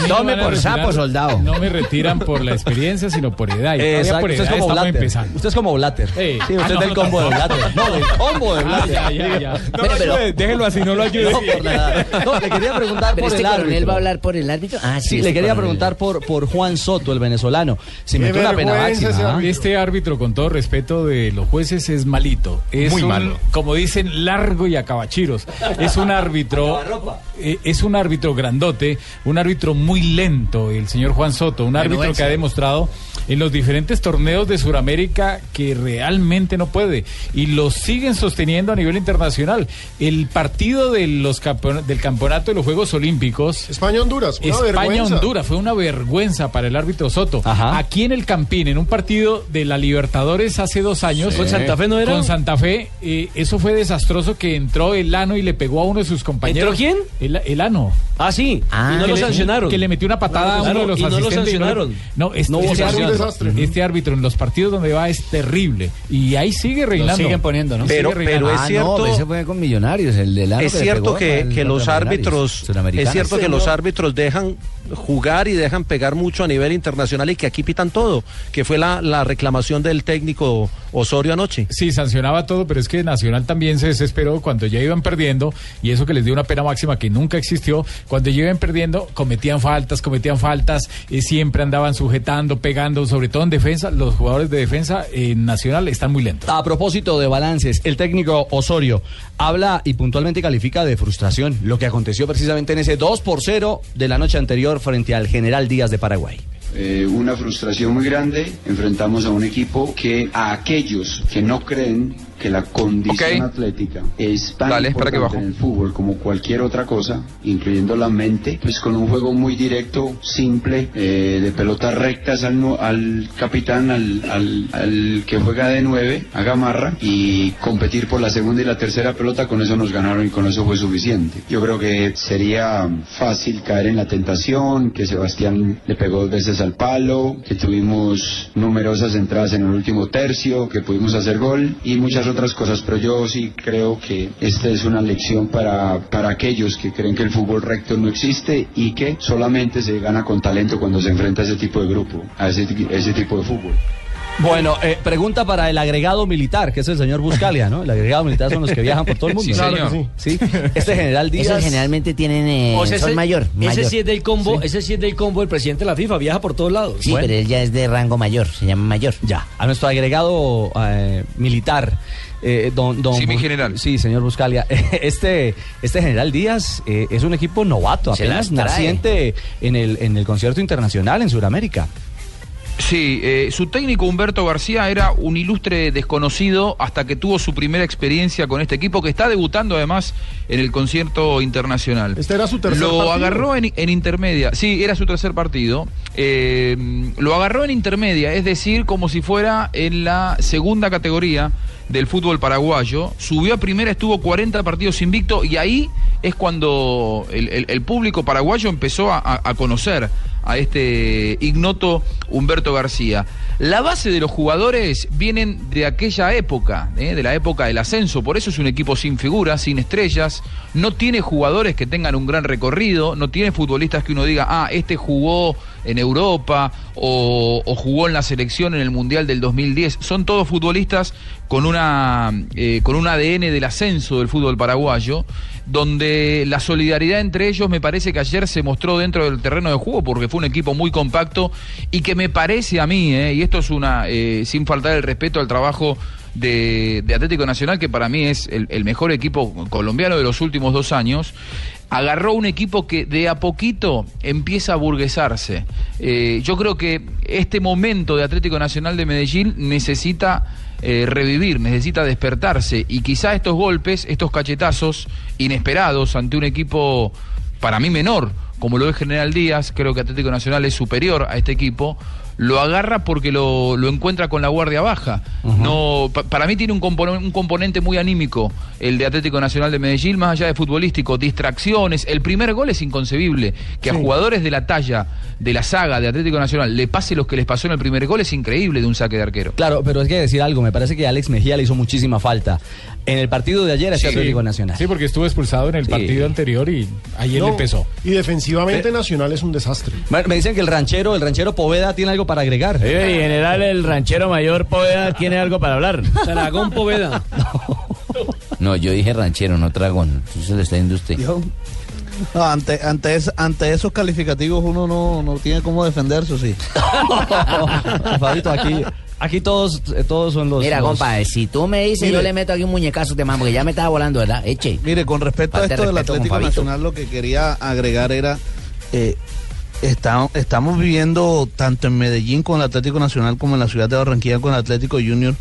Tome por sapo, soldado.
No me retiran por la experiencia, sino por edad. Y todavía
Exacto,
por
usted es
edad
como
estamos
Blatter.
empezando.
Usted es como Blatter.
Eh,
Sí, usted
ah,
es del
no,
combo de
no.
Blatter. No, del combo de Blatter.
Ah, ya, ya, ya.
No lo ayude,
déjelo así, no lo ayude. No, por nada. No, le quería preguntar
Pero
por
este
el árbitro.
coronel va a hablar por el árbitro. Ah, sí.
Sí, le
este
quería
coronel.
preguntar por, por Juan Soto, el venezolano. Si metió una pena
vergüenza, ese
máxima.
árbitro. Este árbitro, con todo respeto de los jueces, es malito. Es
Muy
un,
malo.
Como dicen, largo y acabachiros. Es un árbitro. eh, es un árbitro grandote, un árbitro muy lento, el señor Juan Soto. Un árbitro
Menudencia.
que ha demostrado en los diferentes torneos de Sudamérica que realmente no puede. Y lo siguen sosteniendo a nivel internacional. El partido de los campeon- del campeonato de los Juegos Olímpicos.
España-Honduras, una vergüenza.
España-Honduras, fue una vergüenza para el árbitro Soto. Aquí en el Campín, en un partido de la Libertadores hace dos años.
Sí. ¿Con Santa Fe no era?
Con Santa Fe, eh, eso fue desastroso que entró el ano y le pegó a uno de sus
¿Entró
compañeros.
quién?
El, el ano.
Ah, sí.
Que
y no
le-
lo sancionaron.
Que le metió una patada
Claro,
a uno de los
y no lo
asistentes. y no le-
sancionaron.
No, este,
No hubo
este
sanción.
árbitro,
Desastre.
este árbitro en los partidos donde va es terrible. Y ahí sigue reinando.
siguen poniendo, ¿no?
Sigue
Pero-
reinando.
pero es Ah, no, cierto-
pues
pero ese fue con Millonarios, el del
ano
árbitro.
Es cierto que, que los árbitros, es cierto que los árbitros dejan jugar y dejan pegar mucho a nivel internacional y que aquí pitan todo, que fue la, la reclamación del técnico Osorio anoche.
Sí, sancionaba todo, pero es que Nacional también se desesperó cuando ya iban perdiendo, y eso que les dio una pena máxima que nunca existió, cuando ya iban perdiendo, cometían faltas, cometían faltas, eh, siempre andaban sujetando, pegando, sobre todo en defensa, los jugadores de defensa eh, en Nacional están muy lentos.
A propósito de balances, el técnico Osorio habla y puntualmente califica de frustración lo que aconteció precisamente en ese 2 por 0 de la noche anterior frente al general Díaz de Paraguay.
Eh, una frustración muy grande. Enfrentamos a un equipo que a aquellos que no creen que la condición atlética es tan
Dale, espera que
importante en el fútbol como cualquier otra cosa, incluyendo la mente, pues con un juego muy directo, simple, eh, de pelotas rectas al, nu- al capitán, al, al- al que juega de nueve, a Gamarra, y competir por la segunda y la tercera pelota, con eso nos ganaron y con eso fue suficiente. Yo creo que sería fácil caer en la tentación, que Sebastián le pegó dos veces al palo, que tuvimos numerosas entradas en el último tercio, que pudimos hacer gol y muchas otras cosas, pero yo sí creo que esta es una lección para, para aquellos que creen que el fútbol recto no existe y que solamente se gana con talento cuando se enfrenta a ese tipo de grupo, a ese, ese tipo de fútbol.
Bueno, eh, pregunta para el agregado militar, que es el señor Buscalia, ¿no? El agregado militar son los que viajan por todo el
Sí,
mundo. Claro que
señor.
sí. Sí. Este general Díaz.
Esos generalmente tienen. Eh,
O sea,
son
ese-
mayor. mayor.
Ese sí es del combo, ese sí es del combo del presidente de la FIFA, viaja por todos lados.
Sí, pero él ya es de rango mayor, se llama mayor.
Ya. a nuestro agregado eh, militar. eh, don, don
Sí, mi
Bus-
general.
Sí, señor Buscalia. Este, este general Díaz eh, es un equipo novato,
Se
apenas
las trae.
naciente en el, en el concierto internacional en Sudamérica.
Sí, eh, su técnico Humberto García era un ilustre desconocido hasta que tuvo su primera experiencia con este equipo que está debutando además en el concierto internacional.
Este era su tercer
Lo
partido.
agarró en, en intermedia, sí, era su tercer partido. Eh, lo agarró en intermedia, es decir, como si fuera en la segunda categoría del fútbol paraguayo. Subió a primera, estuvo 40 partidos invicto y ahí es cuando el, el- el público paraguayo empezó a- a- a conocer a este ignoto Humberto García. La base de los jugadores vienen de aquella época, ¿eh? de la época del ascenso, por eso es un equipo sin figuras, sin estrellas, no tiene jugadores que tengan un gran recorrido, no tiene futbolistas que uno diga, ah, este jugó en Europa o, o jugó en la selección en el Mundial del 2010, son todos futbolistas con, una, eh, con un ADN del ascenso del fútbol paraguayo donde la solidaridad entre ellos me parece que ayer se mostró dentro del terreno de juego porque fue un equipo muy compacto y que me parece a mí, eh, y esto es una, eh, sin faltar el respeto al trabajo de, de Atlético Nacional, que para mí es el, el mejor equipo colombiano de los últimos dos años, agarró un equipo que de a poquito empieza a burguesarse. Eh, yo creo que este momento de Atlético Nacional de Medellín necesita eh, revivir, necesita despertarse. Y quizá estos golpes, estos cachetazos inesperados ante un equipo para mí menor, como lo es General Díaz, creo que Atlético Nacional es superior a este equipo, lo agarra porque lo, lo encuentra con la guardia baja. no, pa- para mí tiene un, componen- un componente muy anímico el de Atlético Nacional de Medellín, más allá de futbolístico, distracciones. El primer gol es inconcebible. Que a jugadores de la talla de la saga de Atlético Nacional le pase los que les pasó en el primer gol es increíble de un saque de arquero.
Claro, pero hay que decir algo, me parece que Alex Mejía le hizo muchísima falta. En el partido de ayer a este
Sí.
Atlético Nacional.
Sí, porque estuvo expulsado en el partido anterior y ayer
No.
le pesó.
Y defensivamente
Pe-
Nacional es un desastre.
Me me dicen que el ranchero, el ranchero Poveda tiene algo para agregar.
y general el ranchero mayor Poveda tiene algo para hablar.
Dragón Poveda.
No, yo dije ranchero, no tragón. Entonces le está yendo usted.
No, ante, ante, es- ante esos calificativos uno no, no tiene cómo defenderse, sí.
Fabito, aquí, aquí todos, eh, todos son los.
Mira,
los-
compadre, si tú me dices,
Mire.
yo le meto aquí un muñecazo de mamá, porque ya me estaba volando, ¿verdad? Eche.
Mire, con respecto a
Falta de
esto del
respeto con
Atlético
Fabito.
Nacional, lo que quería agregar era, eh, está- estamos viviendo tanto en Medellín con el Atlético Nacional como en la ciudad de Barranquilla con el Atlético Junior,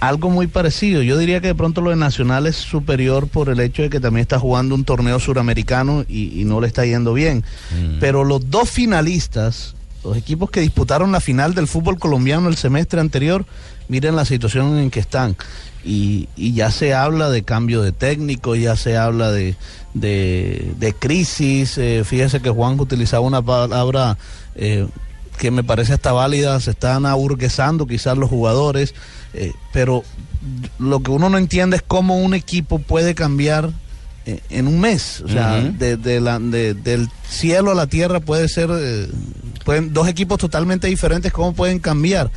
algo muy parecido. Yo diría que de pronto lo de Nacional es superior por el hecho de que también está jugando un torneo suramericano y, y no le está yendo bien.
Mm.
Pero los dos finalistas, los equipos que disputaron la final del fútbol colombiano el semestre anterior, miren la situación en que están. Y, y ya se habla de cambio de técnico, ya se habla de, de, de crisis. eh, fíjese que Juan utilizaba una palabra eh, que me parece hasta válida, se están aburguesando quizás los jugadores, eh, pero lo que uno no entiende es cómo un equipo puede cambiar eh, en un mes. O sea,
Ujú.
de- de la- de- del cielo a la tierra puede ser eh, pueden, dos equipos totalmente diferentes, ¿cómo pueden cambiar?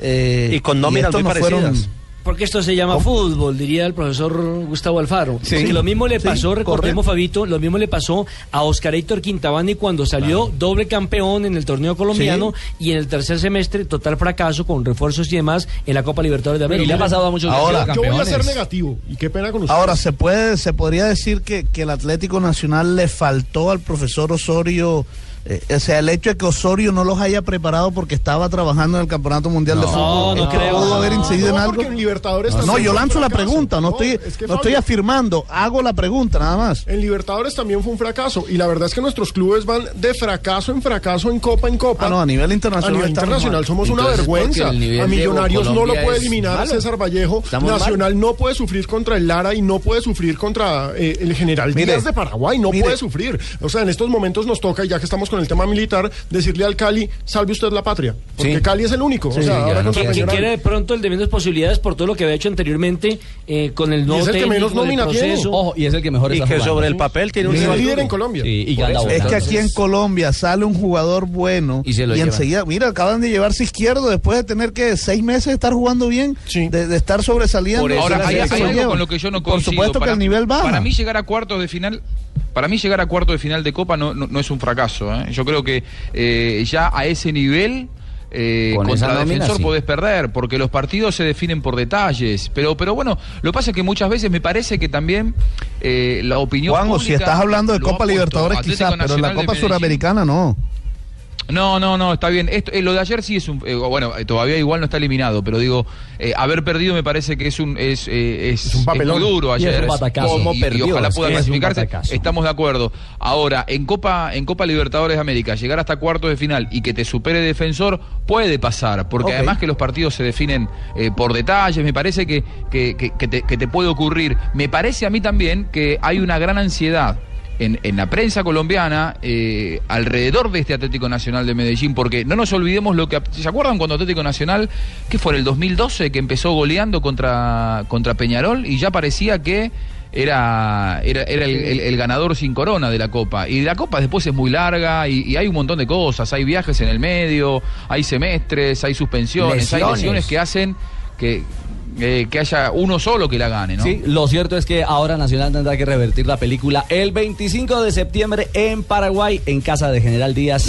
Eh,
Y con nóminas
estos
muy
fueron-
parecidas.
Porque esto se llama fútbol, diría el profesor Gustavo Alfaro.
Sí.
Porque lo mismo le
Sí,
pasó, recordemos, Fabito, lo mismo le pasó a Oscar Héctor Quintabani cuando salió doble campeón en el torneo colombiano y en el tercer semestre total fracaso con refuerzos y demás en la Copa Libertadores de América.
Pero mire, ahora-
yo voy a ser
campeones.
negativo. Y qué pena con usted.
Ahora, se puede, se podría decir que, que el Atlético Nacional le faltó al profesor Osorio, eh, o sea, el hecho de que Osorio no los haya preparado porque estaba trabajando en el Campeonato Mundial de Fútbol.
no creo.
¿Pudo haber
Ah,
incidido
No,
en algo?
porque en Libertadores
no,
también
yo
fue un
lanzo la
fracaso.
pregunta, no,
No,
estoy,
es que
no estoy
Fabio-
afirmando, hago la pregunta nada más.
En Libertadores también fue un fracaso. Y la verdad es que nuestros clubes van de fracaso en fracaso, en copa en copa.
Ah, no, a nivel internacional
A nivel
estamos
internacional
mal.
somos una
Entonces,
vergüenza.
porque el nivel
A
de
Millonarios no lo
Colombia
puede
es
eliminar
malo.
César Vallejo.
Estamos
Nacional no puede sufrir contra el Lara y no puede sufrir contra eh, el general
Mire,
Díaz de Paraguay. No
mire.
puede sufrir. O sea, en estos momentos nos toca, ya que estamos con el tema militar, decirle al Cali, salve usted la patria. Porque
Sí.
Cali es el único. o sea, ahora contra
que, que
Nacional.
quiere de pronto el de menos posibilidades por todo lo que había hecho anteriormente eh, con el nuevo técnico, con el proceso.
Ojo, y es el que mejor
Y
está
que
jugando.
sobre el papel tiene un Es nivel líder duro. en
Colombia.
Sí, y
Por
gana
eso.
votos.
es que aquí en Colombia sale un jugador bueno y,
lo llevan.
enseguida, mira, acaban de llevarse izquierdo después de tener que seis meses de estar jugando bien, de, de estar sobresaliendo.
Por eso. Ahora,
Se
hay,
lo
hay algo
llevan.
con lo que yo no
Por
coincido.
supuesto que
Para-
el nivel baja.
Para mí llegar a cuartos de final... Para mí llegar a cuartos de final de Copa no, no- no es un fracaso. ¿eh? Yo creo que eh, ya a ese nivel eh,
Con
contra
esa nómina,
defensor
sí.
podés perder, porque los partidos se definen por detalles. Pero, pero bueno, lo que pasa es que muchas veces me parece que también eh, la opinión
Juanjo, si
pública
estás hablando de
lo ha
Copa
puesto
Libertadores
Atlético
quizás, pero en
Nacional
la
de
Copa
Medellín.
Suramericana no.
No, no, no, está bien. Esto, eh, lo de ayer sí es un... eh, bueno, eh, todavía igual no está eliminado, pero digo, eh, haber perdido me parece que es un es, eh, es,
un papelón.
es muy duro
Y es
ayer.
un batacazo.
Y-
¿Cómo
y
perdió?
ojalá
Es
pueda
que es un
clasificarse.
batacazo.
Estamos de acuerdo. Ahora, en Copa en Copa Libertadores de América, llegar hasta cuartos de final y que te supere defensor puede pasar, porque
Ok.
además que los partidos se definen eh, por detalles, me parece que, que, que- que te, que te puede ocurrir. Me parece a mí también que hay una gran ansiedad en, en la prensa colombiana eh, alrededor de este Atlético Nacional de Medellín, porque no nos olvidemos lo que... ¿Se acuerdan cuando Atlético Nacional, que fue en el 2012, que empezó goleando contra, contra Peñarol y ya parecía que era, era, era el, el- el ganador sin corona de la Copa. Y la Copa después es muy larga y, y hay un montón de cosas. Hay viajes en el medio, hay semestres, hay suspensiones, hay
Lesiones.
lesiones que hacen que, eh, que haya uno solo que la gane, ¿no?
Sí, lo cierto es que ahora Nacional tendrá que revertir la película el 25 de septiembre en Paraguay, en casa de General Díaz.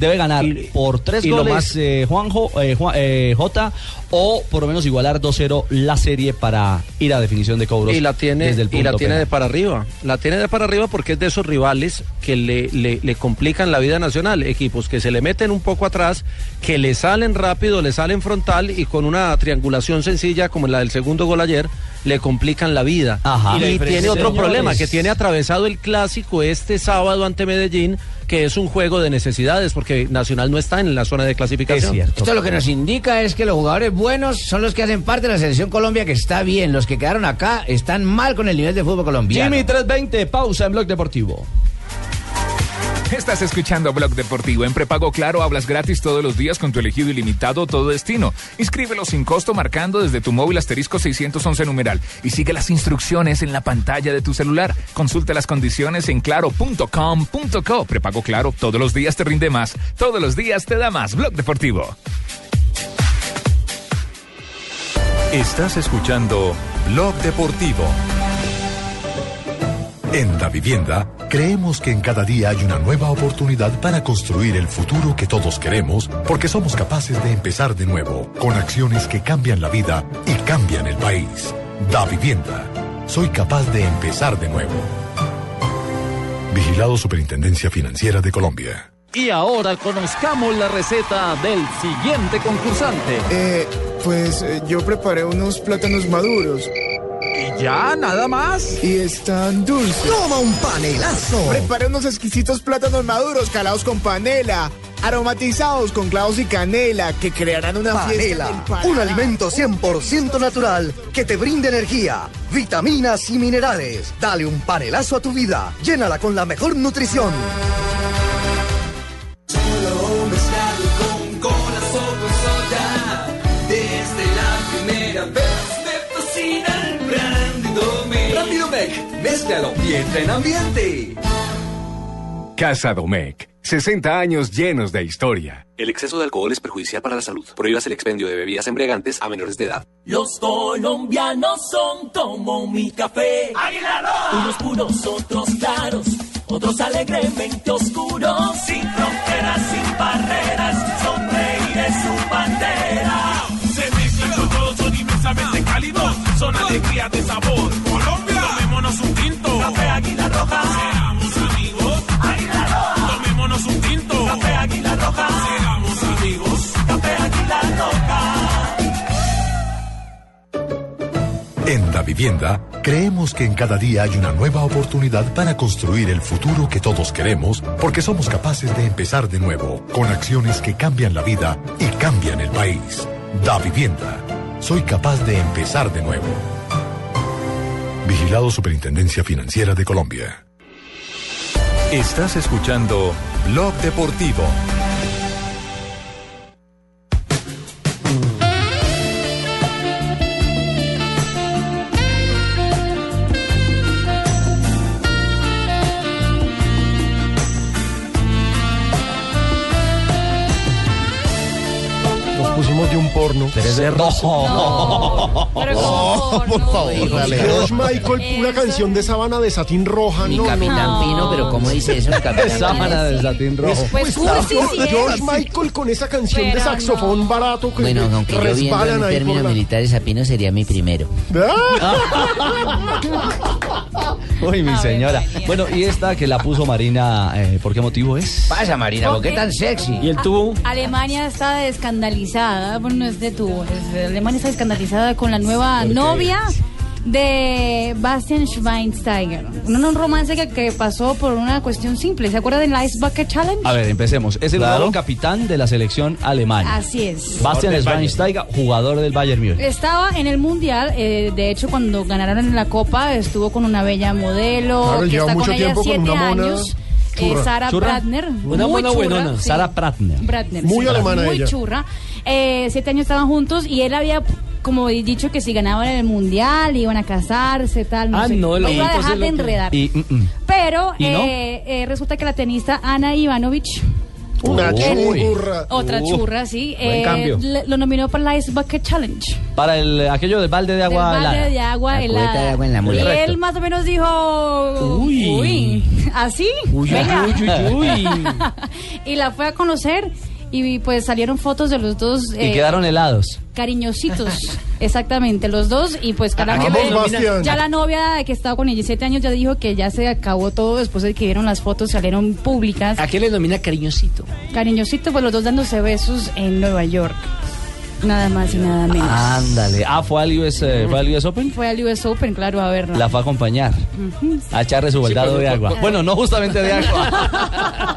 Debe ganar por tres
y lo
goles
más-
eh, Juanjo, eh, Juan- eh, Jota, o por lo menos igualar 2-0 la serie para ir a definición de cobros.
Y la tiene,
desde el
y la
punto
tiene
penal.
de para arriba. La tiene de para arriba porque es de esos rivales que le, le- le complican la vida nacional. Equipos que se le meten un poco atrás, que le salen rápido, le salen frontal y con una triangulación sencilla como la del segundo gol ayer, le complican la vida.
Ajá.
Y,
La diferencia,
tiene otro
señores.
problema que tiene atravesado el clásico este sábado ante Medellín, que es un juego de necesidades, porque Nacional no está en la zona de clasificación.
Esto lo que nos indica es que los jugadores buenos son los que hacen parte de la selección Colombia que está bien. Los que quedaron acá están mal con el nivel de fútbol colombiano.
Jimmy 320, pausa en Blog Deportivo.
Estás escuchando Blog Deportivo. En prepago claro hablas gratis todos los días con tu elegido ilimitado todo destino. Inscríbelo sin costo marcando desde tu móvil asterisco 611 numeral y sigue las instrucciones en la pantalla de tu celular. Consulta las condiciones en claro.com.co. Prepago claro, todos los días te rinde más. Todos los días te da más. Blog Deportivo.
Estás escuchando Blog Deportivo.
En la vivienda, creemos que en cada día hay una nueva oportunidad para construir el futuro que todos queremos, porque somos capaces de empezar de nuevo, con acciones que cambian la vida y cambian el país. Da vivienda. Soy capaz de empezar de nuevo. Vigilado Superintendencia Financiera de Colombia.
Y ahora conozcamos la receta del siguiente concursante.
Pues eh, yo preparé unos plátanos maduros. ¿Y ya? ¿Nada más? Y están dulces. ¡Toma un panelazo! Preparé unos exquisitos plátanos maduros calados con panela, aromatizados con clavos y canela, que crearán una fiesta del
Panela, un alimento 100% natural que te brinda energía, vitaminas y minerales. Dale un panelazo a tu vida. Llénala con la mejor nutrición.
Solo mezclado con cola, sopa y soda. Desde la primera vez me fascina el Brandy Mec. Brandy Mec, mezclalo y entra en ambiente.
Casa Domecq. 60 años llenos de historia.
El exceso de alcohol es perjudicial para la salud. Prohíbas el expendio de bebidas embriagantes a menores de edad.
Los colombianos son como mi café. Unos puros, otros claros, otros alegremente oscuros. Sin fronteras, sin barreras, sonreír es su bandera. Se mezclan con todos, son inmensamente cálidos, son alegría de sabor. Colombia, tomémonos un tinto. Café Águila Roja. Seamos amigos. Águila Roja. Tomémonos un tinto. Café Águila Roja. Seamos amigos. Café Águila Roja.
En la vivienda, creemos que en cada día hay una nueva oportunidad para construir el futuro que todos queremos, porque somos capaces de empezar de nuevo, con acciones que cambian la vida y cambian el país. Da vivienda. Soy capaz de empezar de nuevo. Vigilado Superintendencia Financiera de Colombia.
Estás escuchando Blog Deportivo.
Nos pusimos de un porno.
No,
pero ¿cómo
por favor.
dale.
George Michael, una canción de Sabana de Satín Roja.
Mi
no,
Capitán
no.
Pino, pero ¿cómo dice eso, el Capitán Pino?
Sábana de Satín
Rojo.
Pues,
Pues, cursi, sí es.
George Michael con esa canción de
Pero
saxofón barato que
Bueno, aunque yo viendo
resbalan
en
ahí por
términos
la...
militares a Pino sería mi primero.
Uy, mi señora. Bueno, y esta que la puso Marina, eh, ¿por qué motivo es?
Pasa, Marina, ¿por qué tan sexy?
¿Y el tubo?
Alemania está escandalizada, bueno, no es de tu, es de- Alemania está escandalizada con la nueva
¿Por qué?
novia de Bastian Schweinsteiger. Un, un romance que, que pasó por una cuestión simple. ¿Se acuerdan del Ice Bucket Challenge?
A ver, empecemos. Es el nuevo capitán de la selección alemana.
Así es.
Bastian Schweinsteiger, jugador del Bayern Múnich.
Estaba en el mundial, eh, de hecho cuando ganaron la copa estuvo con una bella modelo
Claro,
que
lleva
está
mucho
con ella
tiempo con
siete
una mona
años, eh,
churra.
Sara
Churra.
Bratner,
Una
muy
mona
churra,
buenona.
sí.
Sara Bratner.
Bratner,
Muy
sí,
alemana
muy
ella.
churra. Eh, siete años estaban juntos y él había como dicho que si ganaban el mundial iban a casarse tal no
Ah,
sé.
no,
Lo
lo
iba a
entonces
dejar de
lo que-
enredar.
Y, mm, mm.
Pero
¿Y no?
eh, eh, resulta que la tenista Ana Ivanovich
Una
el-
churra.
otra
Uh,
churra, sí.
buen
eh,
cambio.
le- lo nominó para la Ice Bucket Challenge.
Para el, aquello del balde de
del
agua
balde
helada.
de agua
La cubeta
helada.
de agua en la mula.
y
Correcto.
él más o menos dijo,
Uy.
uy, así,
Uy,
¿Ah, venga.
uy, uy, uy.
y la fue a conocer y pues salieron fotos de los dos.
Y
eh,
quedaron helados.
Cariñositos, exactamente, los dos. Y pues, caramba,
Vamos,
ya-
Ah, Bastián.
ya la novia que estaba con 17 años ya dijo que ya se acabó todo después de que vieron las fotos, salieron públicas.
¿A qué le denomina cariñosito?
Cariñosito, pues los dos dándose besos en Nueva York. Nada más y nada menos.
Ándale. Ah, fue al US, eh, fue al US Open.
Fue al US Open, claro, a ver.
La fue a acompañar.
Ujú.
A echarle su baldado de agua. Bueno, no justamente de agua.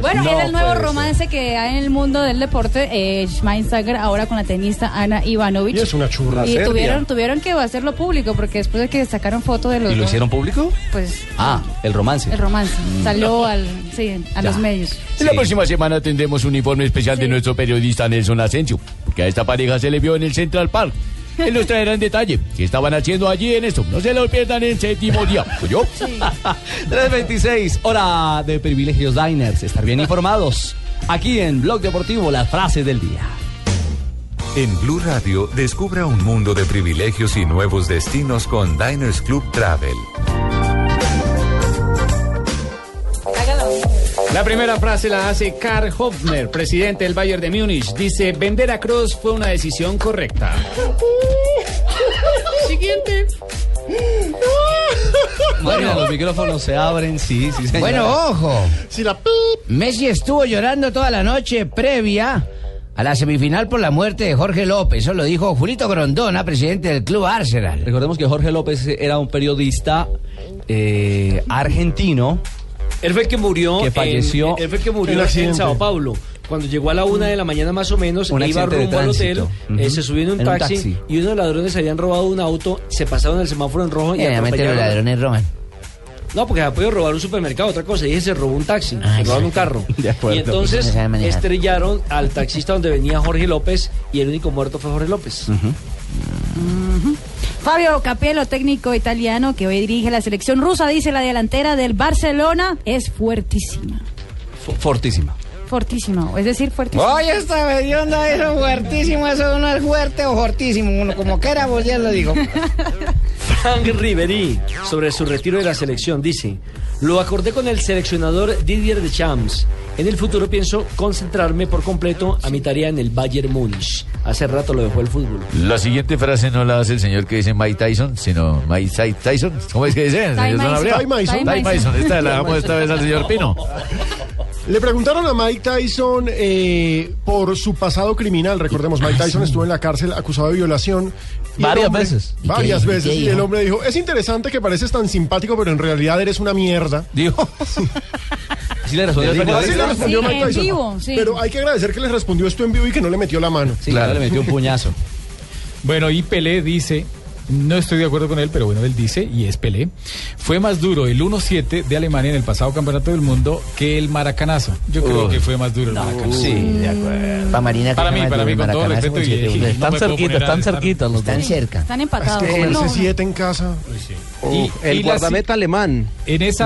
Bueno,
Pues
No
es el nuevo
puede
romance que hay en el mundo del deporte. Eh, Schweinsteiger ahora con la tenista Ana Ivanovic.
Y es una churra
Y
serbia.
tuvieron, tuvieron que hacerlo público porque después de que sacaron fotos de los
¿Y lo
dos,
hicieron público?
pues
Ah, el romance.
el romance
Mm.
salió al, sí,
Ya.
a los medios.
La próxima semana tendremos un informe especial de nuestro periodista Nelson Asensio, porque a esta pareja se le vio en el Central Park. Él nos traerá en detalle qué estaban haciendo allí en esto. No se lo pierdan en séptimo día. ¿Oyó?
326, hora de privilegios diners. Estar bien informados. Aquí en Blog Deportivo, las frases del día.
En Blue Radio, descubra un mundo de privilegios y nuevos destinos con Diners Club Travel.
La primera frase la hace Karl Hofner, presidente del Bayern de Múnich. Dice, vender a Kroos fue una decisión correcta.
Siguiente.
Bueno, los micrófonos se abren, sí, sí, señor.
Bueno, ojo. Messi estuvo llorando toda la noche previa a la semifinal por la muerte de Jorge López. Eso lo dijo Julito Grondona, presidente del club Arsenal.
Recordemos que Jorge López era un periodista eh, argentino.
Él fue el que murió.
Que
en-
falleció.
él fue el que murió
En
en,
accidente.
Sao Paulo. Cuando llegó a la una de la mañana más o menos,
Un
e iba
accidente de
rumbo al hotel,
tránsito.
eh,
Ujú.
se subió en un,
En un
taxi,
taxi.
y unos ladrones habían robado un auto, se pasaron el semáforo en rojo y
Generalmente los
atropellaron.
ladrones roban.
No, porque había podido robar un supermercado, otra cosa. Y se robó un taxi, se robaron un carro.
acuerdo.
Y
No
entonces
saben manejar.
estrellaron al taxista donde venía Jorge López y el único muerto fue Jorge López.
Ujú. Fabio Capello, técnico italiano que hoy dirige la selección rusa, dice la delantera del Barcelona es fuertísima.
Fu- Fortísima.
Fortísima, es decir,
Ah,
fuertísima.
Oye, esta medionda eso fuertísimo, eso no es fuerte o fortísimo, uno como quiera, pues ya lo digo.
Frank Ribery, sobre su retiro de la selección, dice: Lo acordé con el seleccionador Didier Deschamps. En el futuro pienso concentrarme por completo a mi tarea en el Bayern Múnich. Hace rato lo dejó el fútbol.
La siguiente frase no la hace el señor que dice Mike Tyson, sino Mike Ty- Tyson. ¿Cómo es que dice? El
Ty
señor
Mason.
Sanabria.
Ty Mason.
Ty Mason. Esta la damos esta vez al señor Pino.
Le preguntaron a Mike Tyson eh, por su pasado criminal. Recordemos, Mike Tyson estuvo en la cárcel acusado de violación. Y el
Varias
hombre-
veces. ¿Y qué
Varias
dijo? ¿Y
veces.
qué
Y el
dijo?
hombre dijo, es interesante que pareces tan simpático, pero en realidad eres una mierda.
Dijo. Así le respondió el
Así le
periodista.
respondió
Sí,
Mike
en
Tyson.
vivo, sí.
Pero hay que agradecer que les respondió esto en vivo y que no le metió la mano.
Sí, claro, le metió un puñazo.
Bueno, y Pelé dice, no estoy de acuerdo con él, pero bueno, él dice, y es Pelé, fue más duro el 1-7 de Alemania en el pasado Campeonato del Mundo que el Maracanazo. Yo creo
Uy.
que fue más duro el Maracanazo.
de acuerdo. Para Marina,
Para mí, para mí, con todo respeto. y- y no me puedo poner a-
los
Están cerca.
Están empatados.
Es que
No,
comerse
no.
siete en casa.
Uh, el
y la
guardameta alemán,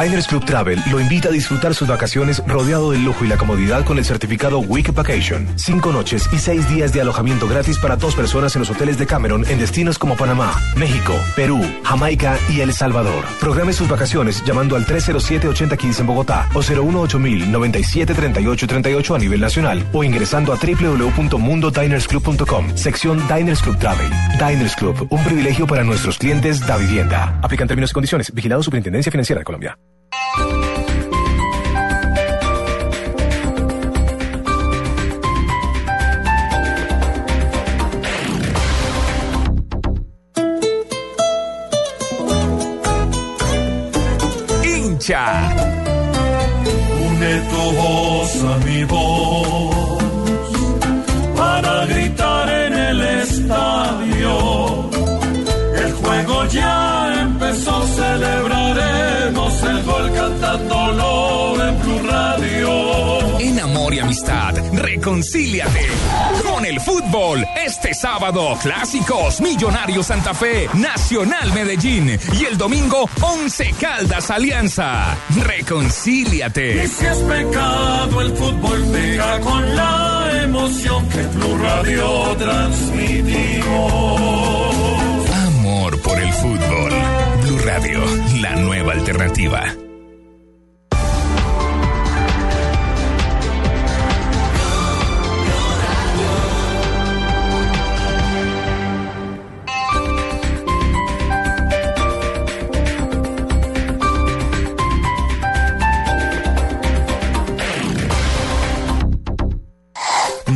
Diners Club Travel lo invita a disfrutar sus vacaciones rodeado del lujo y la comodidad con el certificado Week Vacation. Cinco noches y seis días de alojamiento gratis para dos personas en los hoteles de Cameron en destinos como Panamá, México, Perú, Jamaica y El Salvador. Programe sus vacaciones llamando al 307-8015 en Bogotá o 018-097-3838 a nivel nacional o ingresando a www.mundodinersclub.com, sección Diners Club Travel. Diners Club, un privilegio para nuestros clientes da vivienda. Aplican términos y condiciones. Vigilado Superintendencia Financiera de Colombia.
hincha. Une tu voz a mi voz para gritar en el estadio. El juego ya empezó, celebraremos el gol cantándolo en Blue Radio.
En amor y amistad, reconcíliate con el fútbol. Este sábado, clásicos, Millonario Santa Fe, Nacional Medellín y el domingo, Once Caldas Alianza. Reconcíliate.
Y si es pecado, el fútbol pega con la emoción que Blue Radio transmitimos.
Amor por el fútbol. Blue Radio, la nueva alternativa.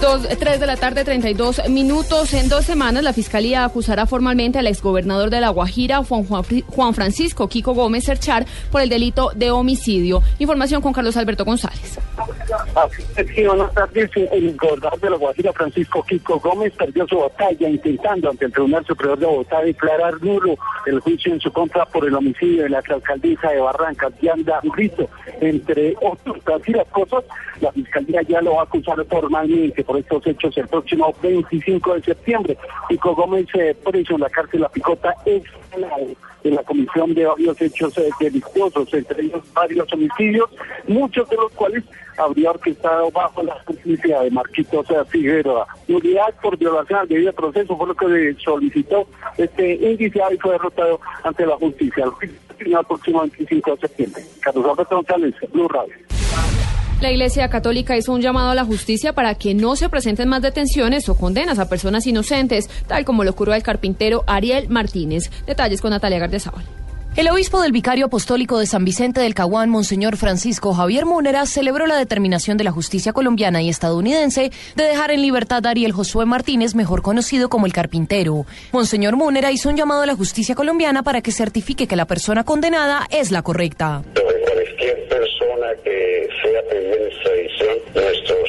Dos, tres de la tarde, 32 minutos. En dos semanas, la Fiscalía acusará formalmente al exgobernador de La Guajira, Juan, Juan Fri- Juan Francisco Kiko Gómez Serchar, por el delito de homicidio. Información con Carlos Alberto González.
Así es, sí, buenas tardes. El gobernador de la Guajira, Francisco Kiko Gómez, perdió su batalla intentando ante el Tribunal Superior de Bogotá declarar nulo el juicio en su contra por el homicidio de la alcaldesa de Barrancas, Yanda Rito, entre otros. Así las cosas, la Fiscalía ya lo va a acusar formalmente por estos hechos el próximo 25 de septiembre. Kiko Gómez, eh, preso en la cárcel La Picota, es de la comisión de varios hechos eh, delictuosos, entre ellos varios homicidios, muchos de los cuales habría orquestado bajo la justicia de Marquitos eh, Figueroa. Unidad por violación al debido proceso fue lo que le solicitó este indiciado y fue derrotado ante la justicia. El juicio final el próximo 25 de septiembre. Carlos Alberto González, Blue Radio.
La Iglesia Católica hizo un llamado a la justicia para que no se presenten más detenciones o condenas a personas inocentes, tal como lo ocurrió al carpintero Ariel Martínez. Detalles con Natalia Gardezábal.
El obispo del Vicario Apostólico de San Vicente del Caguán, Monseñor Francisco Javier Múnera, celebró la determinación de la justicia colombiana y estadounidense de dejar en libertad a Ariel Josué Martínez, mejor conocido como el carpintero. Monseñor Múnera hizo un llamado a la justicia colombiana para que certifique que la persona condenada es la correcta.
cualquier persona que sea pedida en extradición, nuestros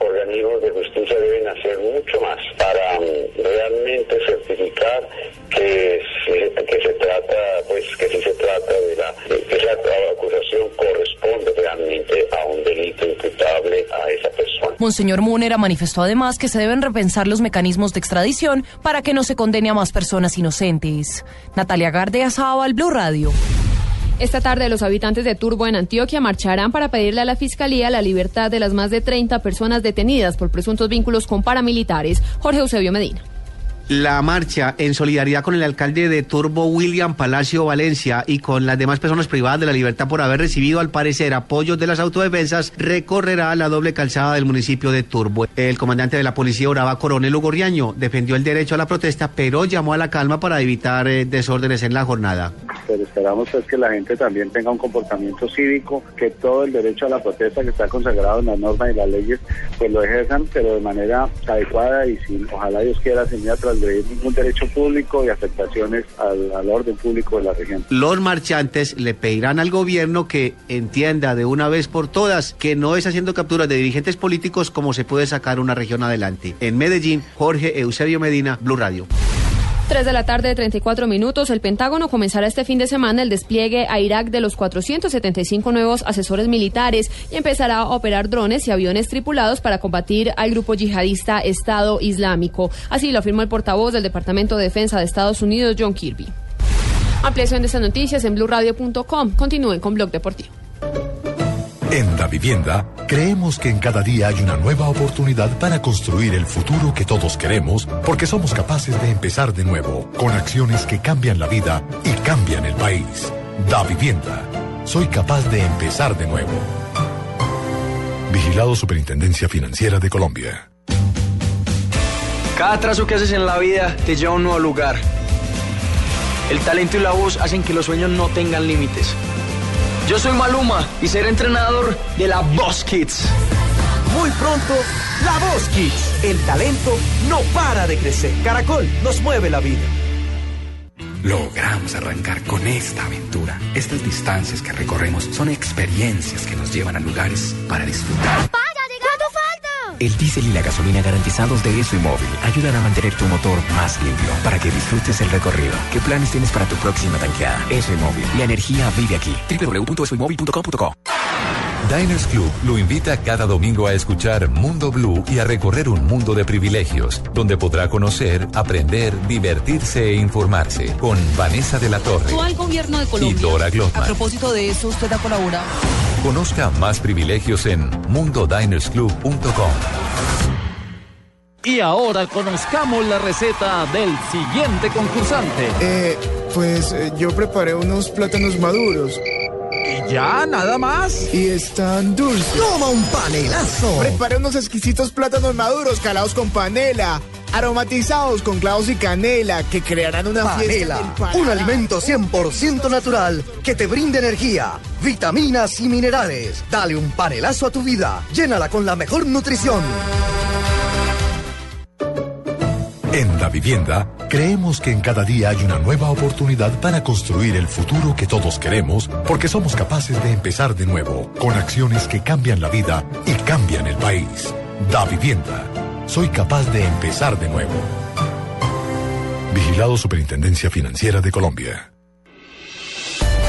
organismos de justicia deben hacer mucho más para mm, realmente certificar que, se- que se trata, pues que si se trata de la, de que esa acusación corresponde realmente a un delito imputable a esa persona.
Monseñor Múnera manifestó además que se deben repensar los mecanismos de extradición para que no se condene a más personas inocentes. Natalia Gardea al Blue Radio.
Esta tarde los habitantes de Turbo en Antioquia marcharán para pedirle a la Fiscalía la libertad de las más de 30 personas detenidas por presuntos vínculos con paramilitares. Jorge Eusebio Medina.
La marcha en solidaridad con el alcalde de Turbo, William Palacio Valencia, y con las demás personas privadas de la libertad por haber recibido, al parecer, apoyos de las autodefensas, recorrerá la doble calzada del municipio de Turbo. El comandante de la policía Urabá, coronel Hugo Riaño, defendió el derecho a la protesta, pero llamó a la calma para evitar eh, desórdenes en la jornada.
pero esperamos pues, que la gente también tenga un comportamiento cívico, que todo el derecho a la protesta que está consagrado en las normas y las leyes, pues lo ejerzan, pero de manera adecuada y sin, ojalá Dios quiera, sin ya transgredir ningún derecho público y afectaciones al, al orden público de la región.
Los marchantes le pedirán al gobierno que entienda de una vez por todas que no es haciendo capturas de dirigentes políticos como se puede sacar una región adelante. En Medellín, Jorge Eusebio Medina, Blue Radio.
3 de la tarde, de 34 minutos. El Pentágono comenzará este fin de semana el despliegue a Irak de los 475 nuevos asesores militares y empezará a operar drones y aviones tripulados para combatir al grupo yihadista Estado Islámico. Así lo afirmó el portavoz del Departamento de Defensa de Estados Unidos, John Kirby. Ampliación de estas noticias en blurradio.com. Continúen con Blog Deportivo.
En la vivienda, creemos que en cada día hay una nueva oportunidad para construir el futuro que todos queremos, porque somos capaces de empezar de nuevo, con acciones que cambian la vida y cambian el país. Da vivienda. Soy capaz de empezar de nuevo. Vigilado Superintendencia Financiera de Colombia.
Cada trazo que haces en la vida te lleva a un nuevo lugar. El talento y la voz hacen que los sueños no tengan límites. Yo soy Maluma y seré entrenador de la Boss Kids.
Muy pronto, La Voz Kids. El talento no para de crecer. Caracol nos mueve la vida.
Logramos arrancar con esta aventura. Estas distancias que recorremos son experiencias que nos llevan a lugares para disfrutar.
El diésel y la gasolina garantizados de ESO y Móvil ayudan a mantener tu motor más limpio para que disfrutes el recorrido. ¿Qué planes tienes para tu próxima tanqueada? ESO y Móvil. La energía vive aquí. www.esoymóvil.com.co
Diners Club lo invita cada domingo a escuchar Mundo Blue y a recorrer un mundo de privilegios, donde podrá conocer, aprender, divertirse e informarse con Vanessa de la Torre
al gobierno de
y Dora
A
Glotman.
propósito de eso, usted ha colaborado.
Conozca más privilegios en mundodinersclub.com.
Y ahora conozcamos la receta del siguiente concursante.
Eh, pues eh, yo preparé unos plátanos maduros. ¿Y ya? ¿Nada más? Y están dulces. ¡Toma un panelazo! Preparé unos exquisitos plátanos maduros calados con panela, aromatizados con clavos y canela, que crearán una fiesta del
Panela, un alimento 100% natural que te brinda energía, vitaminas y minerales. Dale un panelazo a tu vida. Llénala con la mejor nutrición.
En la vivienda, creemos que en cada día hay una nueva oportunidad para construir el futuro que todos queremos, porque somos capaces de empezar de nuevo, con acciones que cambian la vida y cambian el país. Da vivienda. Soy capaz de empezar de nuevo. Vigilado Superintendencia Financiera de Colombia.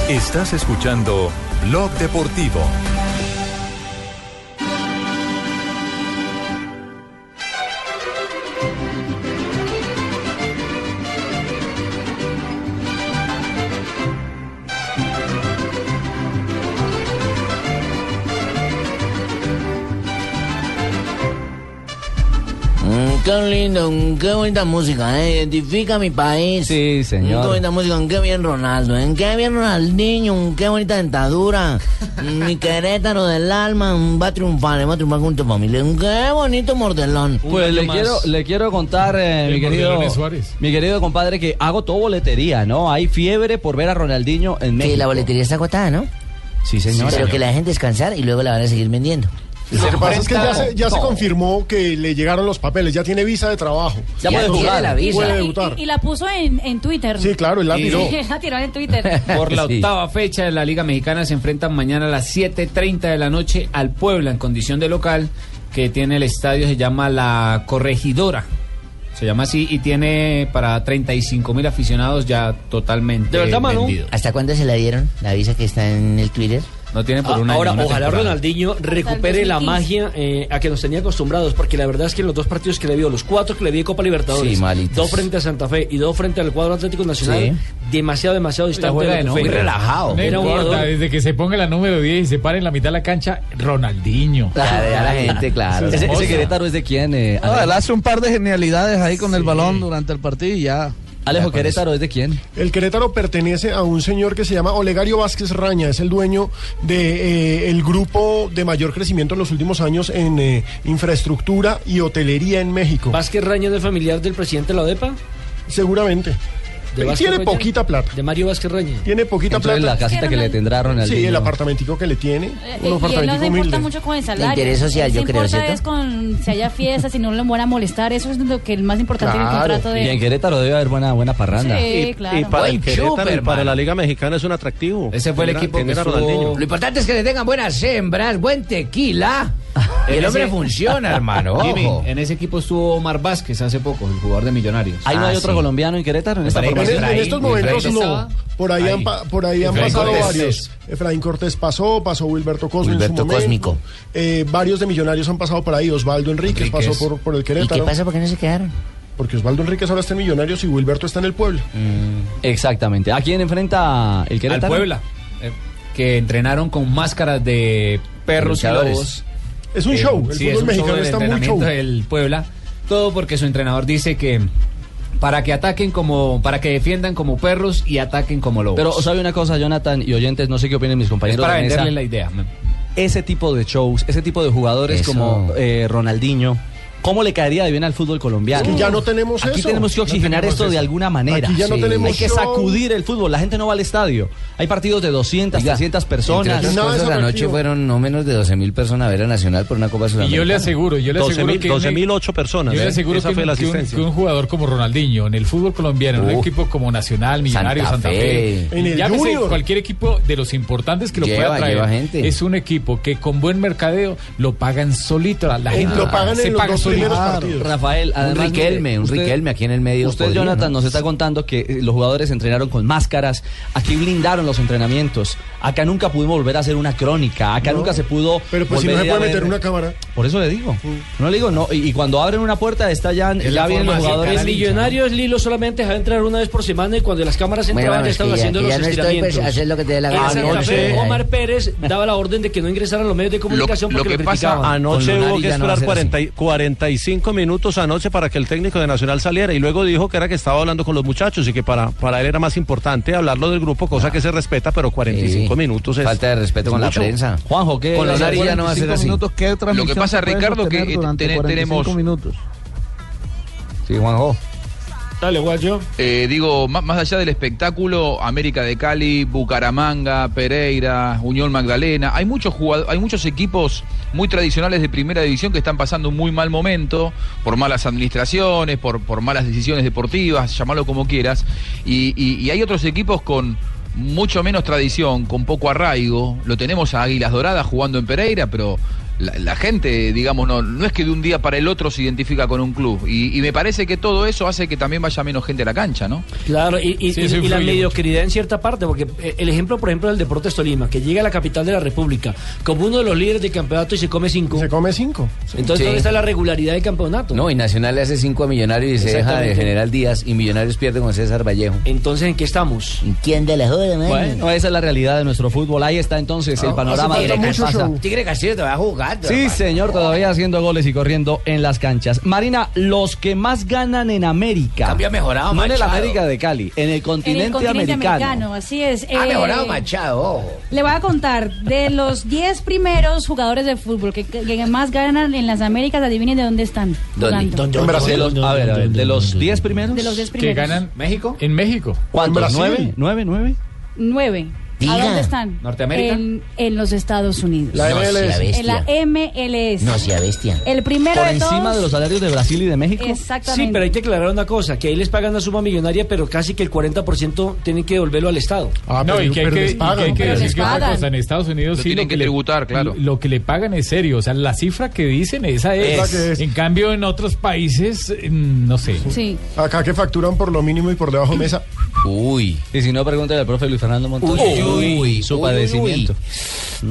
Estás escuchando Blog Deportivo.
Mm, qué lindo, mm, qué bonita música, ¿eh? identifica mi país. Sí,
señor.
qué bonita música, mm, qué bien Ronaldo, ¿eh? qué bien Ronaldinho, mm, qué bonita dentadura. Mm, mi querétaro del alma mm, va a triunfar, eh, va a triunfar con tu familia. Mm, qué bonito mordelón.
Pues le quiero, le quiero contar, eh,
El
mi, querido,
Gordillo Suárez.
mi querido compadre, que hago todo boletería, ¿no? Hay fiebre por ver a Ronaldinho en México.
Que la boletería está agotada, ¿no?
Sí, señora.
Pero que la dejen descansar y luego la van a seguir vendiendo.
Lo que pasa es que ya, se, ya se confirmó que le llegaron los papeles, ya tiene visa de trabajo.
Ya Ya puede tiene jugar. la visa.
Puede
Y-
debutar.
Y, y la puso en, en Twitter.
Sí, claro, y la
Sí,
tiró.
la tiró en Twitter.
Por la octava fecha de la Liga Mexicana se enfrentan mañana a las 7.30 de la noche al Puebla en condición de local que tiene el estadio, se llama La Corregidora. Se llama así y tiene para 35 mil aficionados ya totalmente vendido.
¿Hasta cuándo se la dieron? La visa que está en el Twitter.
No tiene por un año,
Ahora,
una
ojalá
temporada.
Ronaldinho recupere la
2015.
magia eh, a que nos tenía acostumbrados, porque la verdad es que en los dos partidos que le vio, los cuatro que le vi de Copa Libertadores,
Sí, malitos.
dos frente a Santa Fe y dos frente al cuadro Atlético Nacional, demasiado, demasiado
La
distante.
juega
de
de
lo que
nombre.
fue.
No
Era un
importa,
jugador-
desde que se ponga la número 10 y se pare en la mitad de la cancha, Ronaldinho.
Ese- ¿Ese, Querétaro es de quién? eh,
No, él hace un par de genialidades ahí con el balón durante el partido y ya.
Alejo
pues.
Querétaro es de quién?
El Querétaro pertenece a un señor que se llama Olegario Vázquez Raña, es el dueño de eh, el grupo de mayor crecimiento en los últimos años en eh, infraestructura y hotelería en México.
¿Vázquez Raña es el familiar del presidente de la ODEPA?
Seguramente.
¿De
Él
Vázquez
tiene
Raña?
poquita plata.
¿De Mario Vázquez Raña?
Tiene poquita
Entonces,
plata.
la casita que le tendrá a
Sí, el
Ronaldinho.
apartamentico que le tiene.
Eh,
un
y él no
apartamentico
se importa
humilde.
mucho con el salario.
interés social,
Él
yo
se
creo,
importa
¿cierto?
es con si haya fiesta, si no lo van a molestar. Eso es lo que el más importante en el
Claro.
contrato de
Y en Querétaro debe haber buena, buena parranda.
Sí,
y,
claro.
y para
Buen
el Querétaro y
Superman.
para la Liga Mexicana es un atractivo.
Ese fue el
Tener a-
equipo que
tener a
estuvo-
Ronaldinho.
Lo
importante es que le tengan buenas hembras, buen tequila
En
el
ese-
hombre funciona, hermano. ojo.
Jimmy, en ese equipo estuvo Omar Vázquez hace poco, el jugador de Millonarios.
Ahí no hay otro colombiano en Querétaro en esta
Ah, Efraín,
formación.
En- en estos momentos
Efraín
no.
estaba-
Por ahí, han, pa- por ahí han
Efraín
pasado
Cortés.
varios. Efraín Cortés pasó, pasó Wilberto Cosmo en su
Wilberto
momento.
Cósmico.
Eh, varios de Millonarios han pasado por ahí. Osvaldo Enríquez,
Enríquez.
pasó por, por el
¿Y
Querétaro.
qué pasa? ¿Por qué no se quedaron?
Porque Osvaldo Enríquez ahora está en Millonarios y Wilberto está en el pueblo.
Exactamente. ¿A quién enfrenta el
Al
Querétaro?
Puebla, eh, que entrenaron con máscaras de perros y
Luchadores.
lobos.
Es un show, el
Eh, sí, es
fútbol
un
mexicano
del
está muy
entrenamiento
show.
del Puebla, todo porque su entrenador dice que para que ataquen como, para que defiendan como perros y ataquen como lobos.
Pero sabe una cosa, Jonathan y oyentes, no sé qué opinan mis
es
compañeros
para
de mesa.
venderle la idea.
Ese tipo de shows, ese tipo de jugadores
Eso.
como eh, Ronaldinho, ¿cómo le caería de bien al fútbol colombiano?
Es que ya no tenemos
Aquí
eso.
tenemos que
No
oxigenar
tenemos
esto de
eso.
alguna manera.
Aquí ya no tenemos
Hay que
show.
sacudir el fútbol. La gente no va al estadio. Hay partidos de 200, 300
Entre
personas.
otras cosas, anoche fueron no menos de 12 mil personas a ver a Nacional por una Copa
Y
Sudamericana.
yo le aseguro, yo le aseguro que... un-
personas,
Yo le
¿eh?
aseguro
Esa
que,
fue
un-
la
que un-
asistencia.
que un jugador como Ronaldinho en el fútbol colombiano, en un
Uh,
equipo como Nacional, Millonario,
Santa
Santa,
Fe.
Fe,
En el
llámese
Junior.
cualquier equipo de los importantes que lo
Lleva,
pueda traer,
lleva gente.
es un equipo que con buen mercadeo lo pagan solito, la, la
Ah,
gente
lo pagan
se
en los
paga
dos
solito.
primeros partidos. Rafael,
un
además,
Riquelme,
mire,
un
usted-
Riquelme aquí en el medio.
Usted,
podría,
Jonathan,
¿no?
nos está contando que eh, los jugadores entrenaron con máscaras, aquí blindaron los entrenamientos, acá nunca pudimos volver a hacer una crónica, acá
No.
nunca se pudo...
Pero pues si no
volver
se puede
a ver-
meter una cámara.
Por eso le digo, no le digo, no, y, y cuando abren una puerta está ya,
Es
ya
la
vienen los
formación,
jugadores...
En Millonarios, Lilo solamente dejaba entrar una vez por semana y cuando las cámaras
Bueno,
entraban
bueno,
ya
es que
estaban
ya-
haciendo
que
los
ya no estoy,
estiramientos.
pues, hacer lo que te dé la
En
gana.
Santa Fe,
Anoche-
Omar Pérez daba la orden de que no ingresaran los medios de comunicación porque lo, criticaban.
Anoche hubo que esperar 40 y- 45 minutos anoche para que el técnico de Nacional saliera y luego dijo que era que estaba hablando con los muchachos y que para, para él era más importante hablarlo del grupo, cosa que se respeta, pero 45 minutos es
Falta de respeto
es
con
mucho.
la prensa.
Juanjo, ¿qué?
Con los Nari ya no va a ser así.
Lo que pasa, Ricardo, que eh, ten- tenemos.
Sí, Juanjo.
Dale, guayo.
Eh, digo, má- más, allá del espectáculo, América de Cali, Bucaramanga, Pereira, Unión Magdalena, hay muchos jugado- hay muchos equipos muy tradicionales de primera división que están pasando un muy mal momento por malas administraciones, por, por malas decisiones deportivas, llamalo como quieras, y, y- y hay otros equipos con mucho menos tradición, con poco arraigo, lo tenemos a Águilas Doradas jugando en Pereira, pero la, la gente, digamos, no, no es que de un día para el otro se identifica con un club. Y, y me parece que todo eso hace que también vaya menos gente a la cancha, ¿no?
Claro, y, y-
Sí,
y-
eso
y la
influye
mediocridad en cierta parte, porque eh, el ejemplo, por ejemplo, del Deportes Tolima, que llega a la capital de la República como uno de los líderes del campeonato y se come cinco. Se
come cinco.
Entonces,
Sí.
¿dónde está la regularidad del campeonato?
No, y Nacional le hace 5 a Millonarios y se deja de
Exactamente.
General Díaz y Millonarios pierde con César Vallejo.
Entonces, ¿en qué estamos?
¿Quién de Ah, la joda, man?
Bueno, esa es la realidad de nuestro fútbol. Ahí está entonces el panorama de lo que pasa.
Tigre Castillo te va jugando.
Sí,
hermano.
señor, todavía haciendo goles y corriendo en las canchas. Marina, los que más ganan en América.
Cambio ha mejorado,
No en el
Machado.
América de Cali, en el
En
continente,
el continente americano.
americano.
así es.
Ha
Eh,
mejorado Machado. ojo.
Le voy a contar, de los 10 primeros jugadores de fútbol que, que más ganan en las Américas, adivinen de dónde están. jugando.
En Brasil, los- a ver, a ver, de los 10 primeros.
De los 10 primeros.
México?
En México.
¿Cuántos?
Brasil.
¿Nueve? ¿Nueve? ¿Nueve?
Nueve.
Diga.
¿A dónde están?
¿Norteamérica?
En, en los Estados Unidos.
La No MLS. sea bestia.
En la MLS.
sea bestia.
El primero
Por
de
encima
todos.
de los salarios de Brasil y de México.
Exactamente.
Sí, pero hay que aclarar una cosa, que ahí les pagan una suma millonaria, pero casi que el 40% tienen que devolverlo al Estado.
Ah,
no, y que hay que, y que hay que decir que otra cosa, en Estados Unidos
Lo
sí
tienen
lo
que
le-
tributar, claro.
Lo que le pagan es serio, o sea, la cifra que dicen esa
Es la
es.
que es.
En cambio, en otros países, mm, no sé.
Acá que facturan por lo mínimo y por debajo mesa.
Uy. Y si no, pregúntale al profe Luis Fernando Montoya.
Uy.
su
Uy, uy,
padecimiento.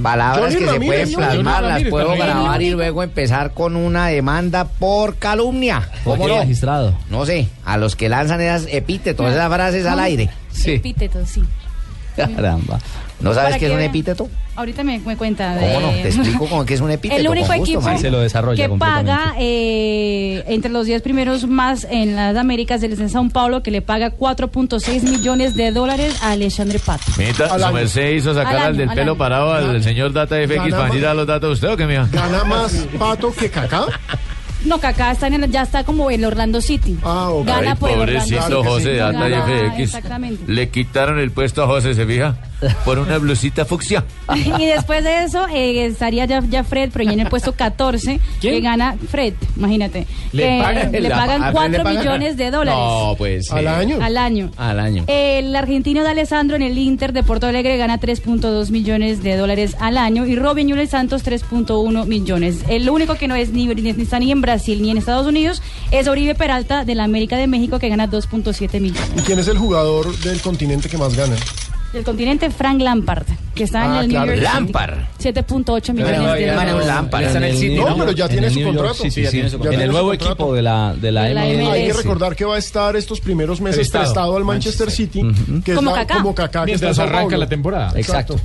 Palabras
Johnny
que
Ramírez,
se pueden
¿no?
plasmar,
Johnny
las
Ramírez
puedo
también.
grabar y luego empezar con una demanda por calumnia. ¿Cómo no?
registrado?
No sé, a los que lanzan esas epítetos, esas frases
Ah.
al aire.
Epíteto, sí.
Caramba. ¿No sabes
Para
qué es
que
un
vean.
epíteto?
Ahorita me, me cuenta. eh,
¿Cómo no?
de-
Te explico cómo que es un epíteto.
El único
con gusto,
equipo
Mari.
que paga eh, entre los 10 primeros más en las Américas es en Sao Paulo, que le paga 4.6 millones de dólares a Alexandre Pato.
Mita,
Al
su
año.
merced hizo sacar
Al
al,
año,
del
al
pelo
año.
parado al señor Data FX
Gana
para
más.
ir a los datos de usted o qué, mija.
¿Gana más pato que cacao?
No, Kaká está en el- ya está como el Orlando City. Gana
Ah,
Ay,
por el
pobrecito
Orlando City.
José de Data
Gana,
FX.
Exactamente.
Le quitaron el puesto a José, ¿se fija? por una blusita fucsia.
y después de eso eh, estaría ya, ya Fred, pero ya en el puesto 14, que gana Fred, imagínate.
¿Le
Eh,
pagan?
le
La- ¿a
pagan
Fred
4
le pagan?
millones de dólares.
No, pues.
¿Al año? Al año.
Al año.
El argentino de Alessandro en el Inter de Porto Alegre gana 3.2 millones de dólares al año y Robin Newell Santos 3.1 millones. El único que no es ni, ni está ni en Brasil ni en Estados Unidos es Oribe Peralta de la América de México que gana 2.7 millones.
¿Y quién es el jugador del continente que más gana?
Del continente Frank Lampard que está en
Ah,
el
claro,
New York City.
Lampard.
7.8 millones de dólares.
No, pero ya tiene su contrato.
Sí,
Ya tiene su
En el
contrato.
nuevo equipo de la, de la,
Hay que
MLS.
recordar que va a estar estos primeros meses
Prestado.
prestado, al Manchester City, que
Como
es la,
Kaká.
como Kaká, que está en
Mientras
Sao
arranca
Paulo.
la temporada. Exacto.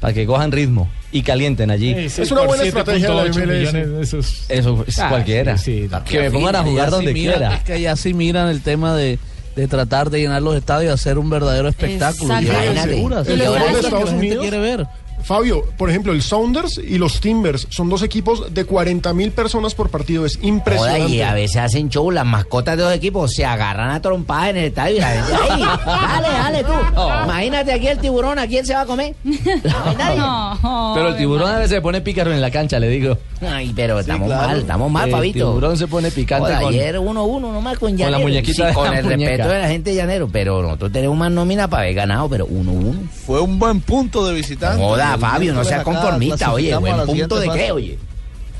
Para que cojan ritmo y calienten allí.
Sí, sí, Es una por buena estrategia de la 7.8 MLS. millones de esos-
Eso es
Ah,
cualquiera.
sí, sí, la
que me
tía
pongan a
Fina,
jugar
ya sí
donde
miran,
quiera.
Es que ya sí miran el tema de, de tratar de llenar los estadios y hacer un verdadero espectáculo. Y
Exacto.
vaina
Sí,
dura,
el
sí,
fútbol
vaina
de
que la
Estados
gente
Unidos.
quiere ver.
Fabio, por ejemplo, el Sounders y los Timbers son dos equipos de 40 mil personas por partido. Es
Joda, y a
impresionante.
veces hacen show, las mascotas de los equipos se agarran a trompadas en el estadio y la gente ahí. Dale, dale tú.
Oh.
Imagínate aquí el tiburón, ¿a quién se va a comer?
No.
Pero el tiburón a veces se pone pícaro en la cancha, le digo.
Ay, pero estamos
claro.
mal, estamos mal,
El
Fabito.
tiburón se pone picante
Joda,
con-
Ayer 1-1 nomás con Llanero.
la muñequita
Sí,
de la
con el
muñeca.
respeto de la gente de Llanero, pero nosotros tenemos más nómina para haber ganado, pero 1-1.
Fue un buen punto de visitante.
Joda, Fabio, no
Nosotros
seas
acá
conformista, oye.
clasificamos a
Buen
la
punto de
siguiente
qué,
fase.
oye.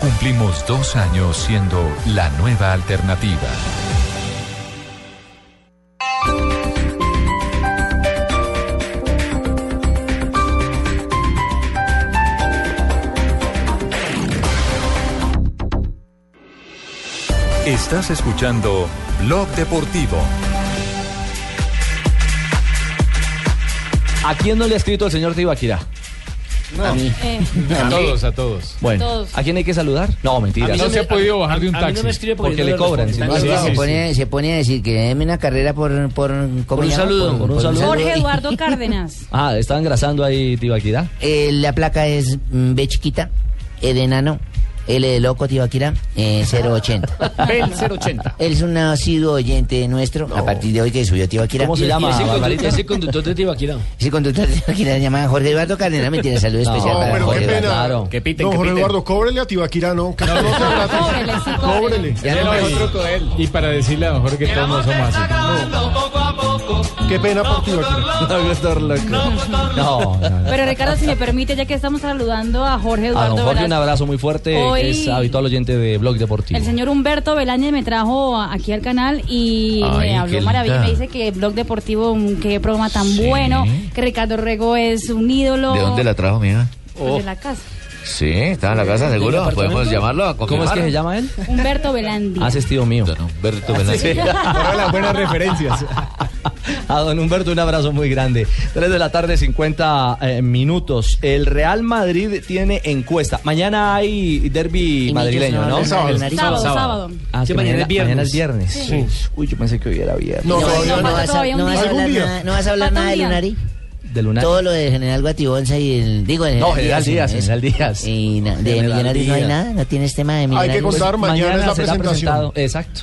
cumplimos dos años siendo la nueva alternativa. Estás escuchando Blog Deportivo.
¿A quién no le ha escrito el señor Tibaquirá? A mí.
Eh,
A todos,
a todos.
Bueno,
Todos.
¿a quién hay que saludar? No, mentira.
A mí no se ha podido bajar de un
a mí no
taxi.
me escribe porque Porque yo le le cobran, respondo. si no,
Oye,
sí,
se,
sí.
pone, se pone a decir que déme una carrera por, por, ¿cómo
Por un
se llama?
saludo, por un saludo.
Jorge Eduardo Cárdenas.
Ah, está engrasando ahí Tibaquirá.
Eh, la placa es mm, B chiquita, E de enano, Él es loco, Tibaquira, eh, 080.
Pel 080.
Él es un asiduo oyente nuestro, a partir de hoy que subió Tibaquira.
¿Cómo se llama? Ese conductor,
Barbarita?
ese conductor de Tibaquirá.
Ese conductor de Tibaquira se llama Jorge Eduardo Cárdenas, me tiene salud especial
No,
para
pero qué
Jorge
pena.
Eduardo.
Que piten, Don Jorge Eduardo, cóbrele a Tibaquirá, no. Que no, no,
Cóbrele, sí,
cóbrele.
Ya no es truco él. Y para decirle a lo mejor que todos no somos así.
Qué pena por Tibaquirá.
No, no, no.
Pero Ricardo, si me permite, ya que estamos saludando a Jorge
A
Eduardo
don Jorge, un
Velázquez.
abrazo muy fuerte. que
Hoy-
Es habitual oyente de Blog Deportivo.
El señor Humberto Beláñez me trajo a- aquí al canal y
Ay,
me
qué
habló maravilla.
linda.
Me dice que Blog Deportivo, mm, qué programa tan bueno, que Ricardo Rego es un ídolo.
¿De dónde la trajo, mija?
Pues
Oh.
de la casa.
Sí, está en la casa,
¿Del
seguro.
apartamento?
Podemos llamarlo. a
¿Cómo es que se
confirmar.
llama él?
Humberto Belandi.
Ah, ese es tío mío.
Humberto Velázquez.
buenas referencias. A don Humberto un abrazo muy grande. 3 de la tarde, 50 eh, minutos. El Real Madrid tiene encuesta. Mañana hay derby madrileño, ¿no?
El sábado. El Sábado, sábado. sábado.
Ah, es
Sí,
que mañana,
mañana es viernes.
mañana es viernes.
Sí.
Uy, yo pensé que hoy era viernes.
No, no, vas a- no vas a hablar nada- no vas a hablar nada de Lunari.
De Lunari.
Todo lo del general Guatibonza y el. Digo, el
No, General Díaz,
eso.
General Díaz.
Y na- de
General
Millonarios no hay
Díaz.
nada, no tienes tema de Millonarios.
será presentado. Exacto.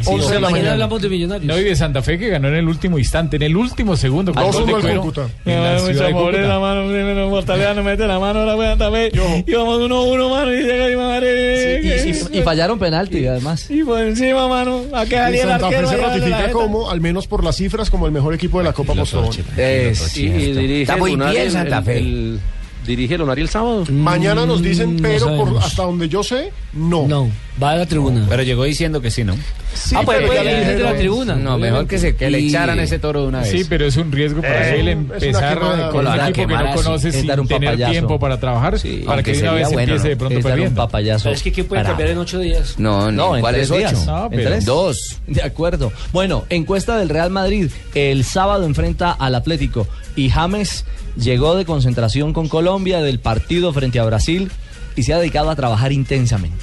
Sí,
Once de la mañana.
de Millonarios. No, y de Santa Fe que ganó en el último instante, en el último segundo. con
Dos
gol de
uno al
Cuero.
Cúcuta.
En la
Ay,
ciudad
mucho
de
amor,
Cúcuta.
en la mano, primero, Mortaleano mete la mano, la buena también. Y vamos uno a uno, mano, y llega y madre.
Sí, y, y fallaron penalti, además.
Y por encima, mano, acá
Y
alguien el
Santa Fe
arquero.
se
llevándole la
ratifica
jeta.
como, al menos por las cifras, como el mejor equipo de la Copa Postobón.
Es, y, y dirige Lunari el- el- el- dirige Lunari el sábado.
Mañana nos dicen,
Mm, no
pero por-
sabemos.
hasta donde yo sé, no.
No,
va a la tribuna. Pero llegó diciendo que sí, ¿no?
Sí, Ah, pues, pero pues, ya le desde dijeron. la tribuna.
No, mejor que se que le echaran ese toro de una vez.
Sí, pero es un riesgo para
Eh,
él
es una
empezar
quemada de
con
cola.
un
La
equipo que
quemada,
no
sí,
conoces
es
sin
dar un
tener
papayazo.
tiempo para trabajar, para
Eh, aunque
que de una
sería
vez
bueno,
empiece de
¿no?
pronto
Es dar un
perdiendo.
papayazo.
Pero es que ¿qué puede
Bravo.
cambiar en ocho días?
No,
no,
en
¿cuál
tres
es ocho?
días.
No,
En
pero-
tres.
Dos.
De acuerdo. Bueno, encuesta del Real Madrid. El sábado enfrenta al Atlético. Y James llegó de concentración con Colombia del partido frente a Brasil y se ha dedicado a trabajar intensamente.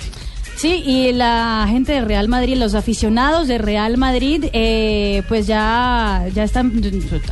Sí, y la gente de Real Madrid, los aficionados de Real Madrid, eh, pues ya, ya están,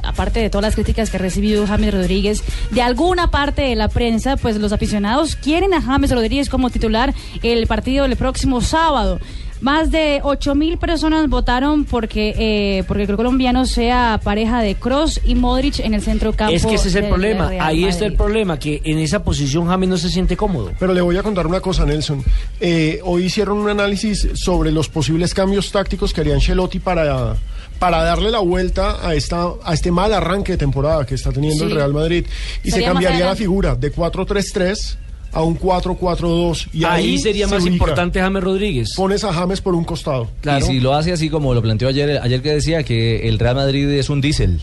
aparte de todas las críticas que ha recibido James Rodríguez, de alguna parte de la prensa, pues los aficionados quieren a James Rodríguez como titular el partido del próximo sábado. Más de 8 mil personas votaron porque, eh, porque el colombiano sea pareja de Cross y Modric en el centro campo.
Es que ese es el
del
problema.
Real
Ahí está el
Madrid.
problema, que en esa posición James no se siente cómodo.
Pero le voy a contar una cosa, Nelson. Eh, hoy hicieron un análisis sobre los posibles cambios tácticos que haría Ancelotti para, para darle la vuelta a, esta, a este mal arranque de temporada que está teniendo
Sí.
el Real Madrid. Y se
Sería más
cambiaría la
adelante.
figura de 4-3-3 a un 4-4-2. Y
Ahí sería más importante
James
Rodríguez.
Pones a James por un costado.
Y si lo hace así como lo planteó ayer, ayer que decía que el Real Madrid es un diésel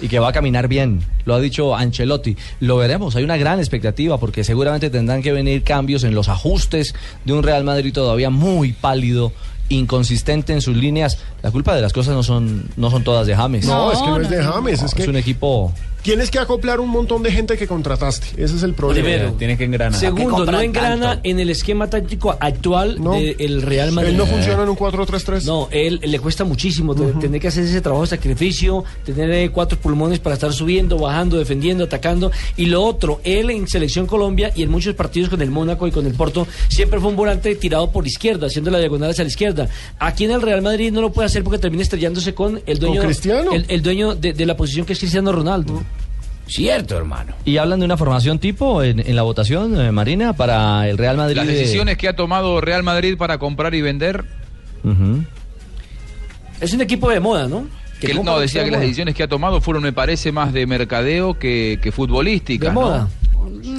y que va a caminar bien, lo ha dicho Ancelotti. Lo veremos, hay una gran expectativa porque seguramente tendrán que venir cambios en los ajustes de un Real Madrid todavía muy pálido, inconsistente en sus líneas. La culpa de las cosas no son, no son todas de James.
No, es que no, es de James.
No,
es que
un equipo...
tienes que acoplar un montón de gente que contrataste. Ese es el problema.
Primero.
tienes que engranar.
Segundo, no engrana en el esquema táctico actual del Real Madrid.
Él no funciona en un 4-3-3.
No, él le cuesta muchísimo te- tener que hacer ese trabajo de sacrificio, tener eh, cuatro pulmones para estar subiendo, bajando, defendiendo, atacando. Y lo otro, él en Selección Colombia y en muchos partidos con el Mónaco y con el Porto, siempre fue un volante tirado por izquierda, haciendo la diagonal hacia la izquierda. Aquí en el Real Madrid no lo puede hacer porque termina estrellándose con el dueño,
Cristiano?
El, el dueño de, de la posición que es Cristiano Ronaldo.
Cierto, hermano. ¿Y hablan de una formación tipo en, en la votación, eh, Marina, para el Real Madrid? eh,
Las
de-
decisiones que ha tomado Real Madrid para comprar y vender.
Ujú.
Es un equipo de moda, ¿no?
Que, no, decía que las decisiones que ha tomado fueron, me parece, más de mercadeo que, que futbolísticas. ¿no?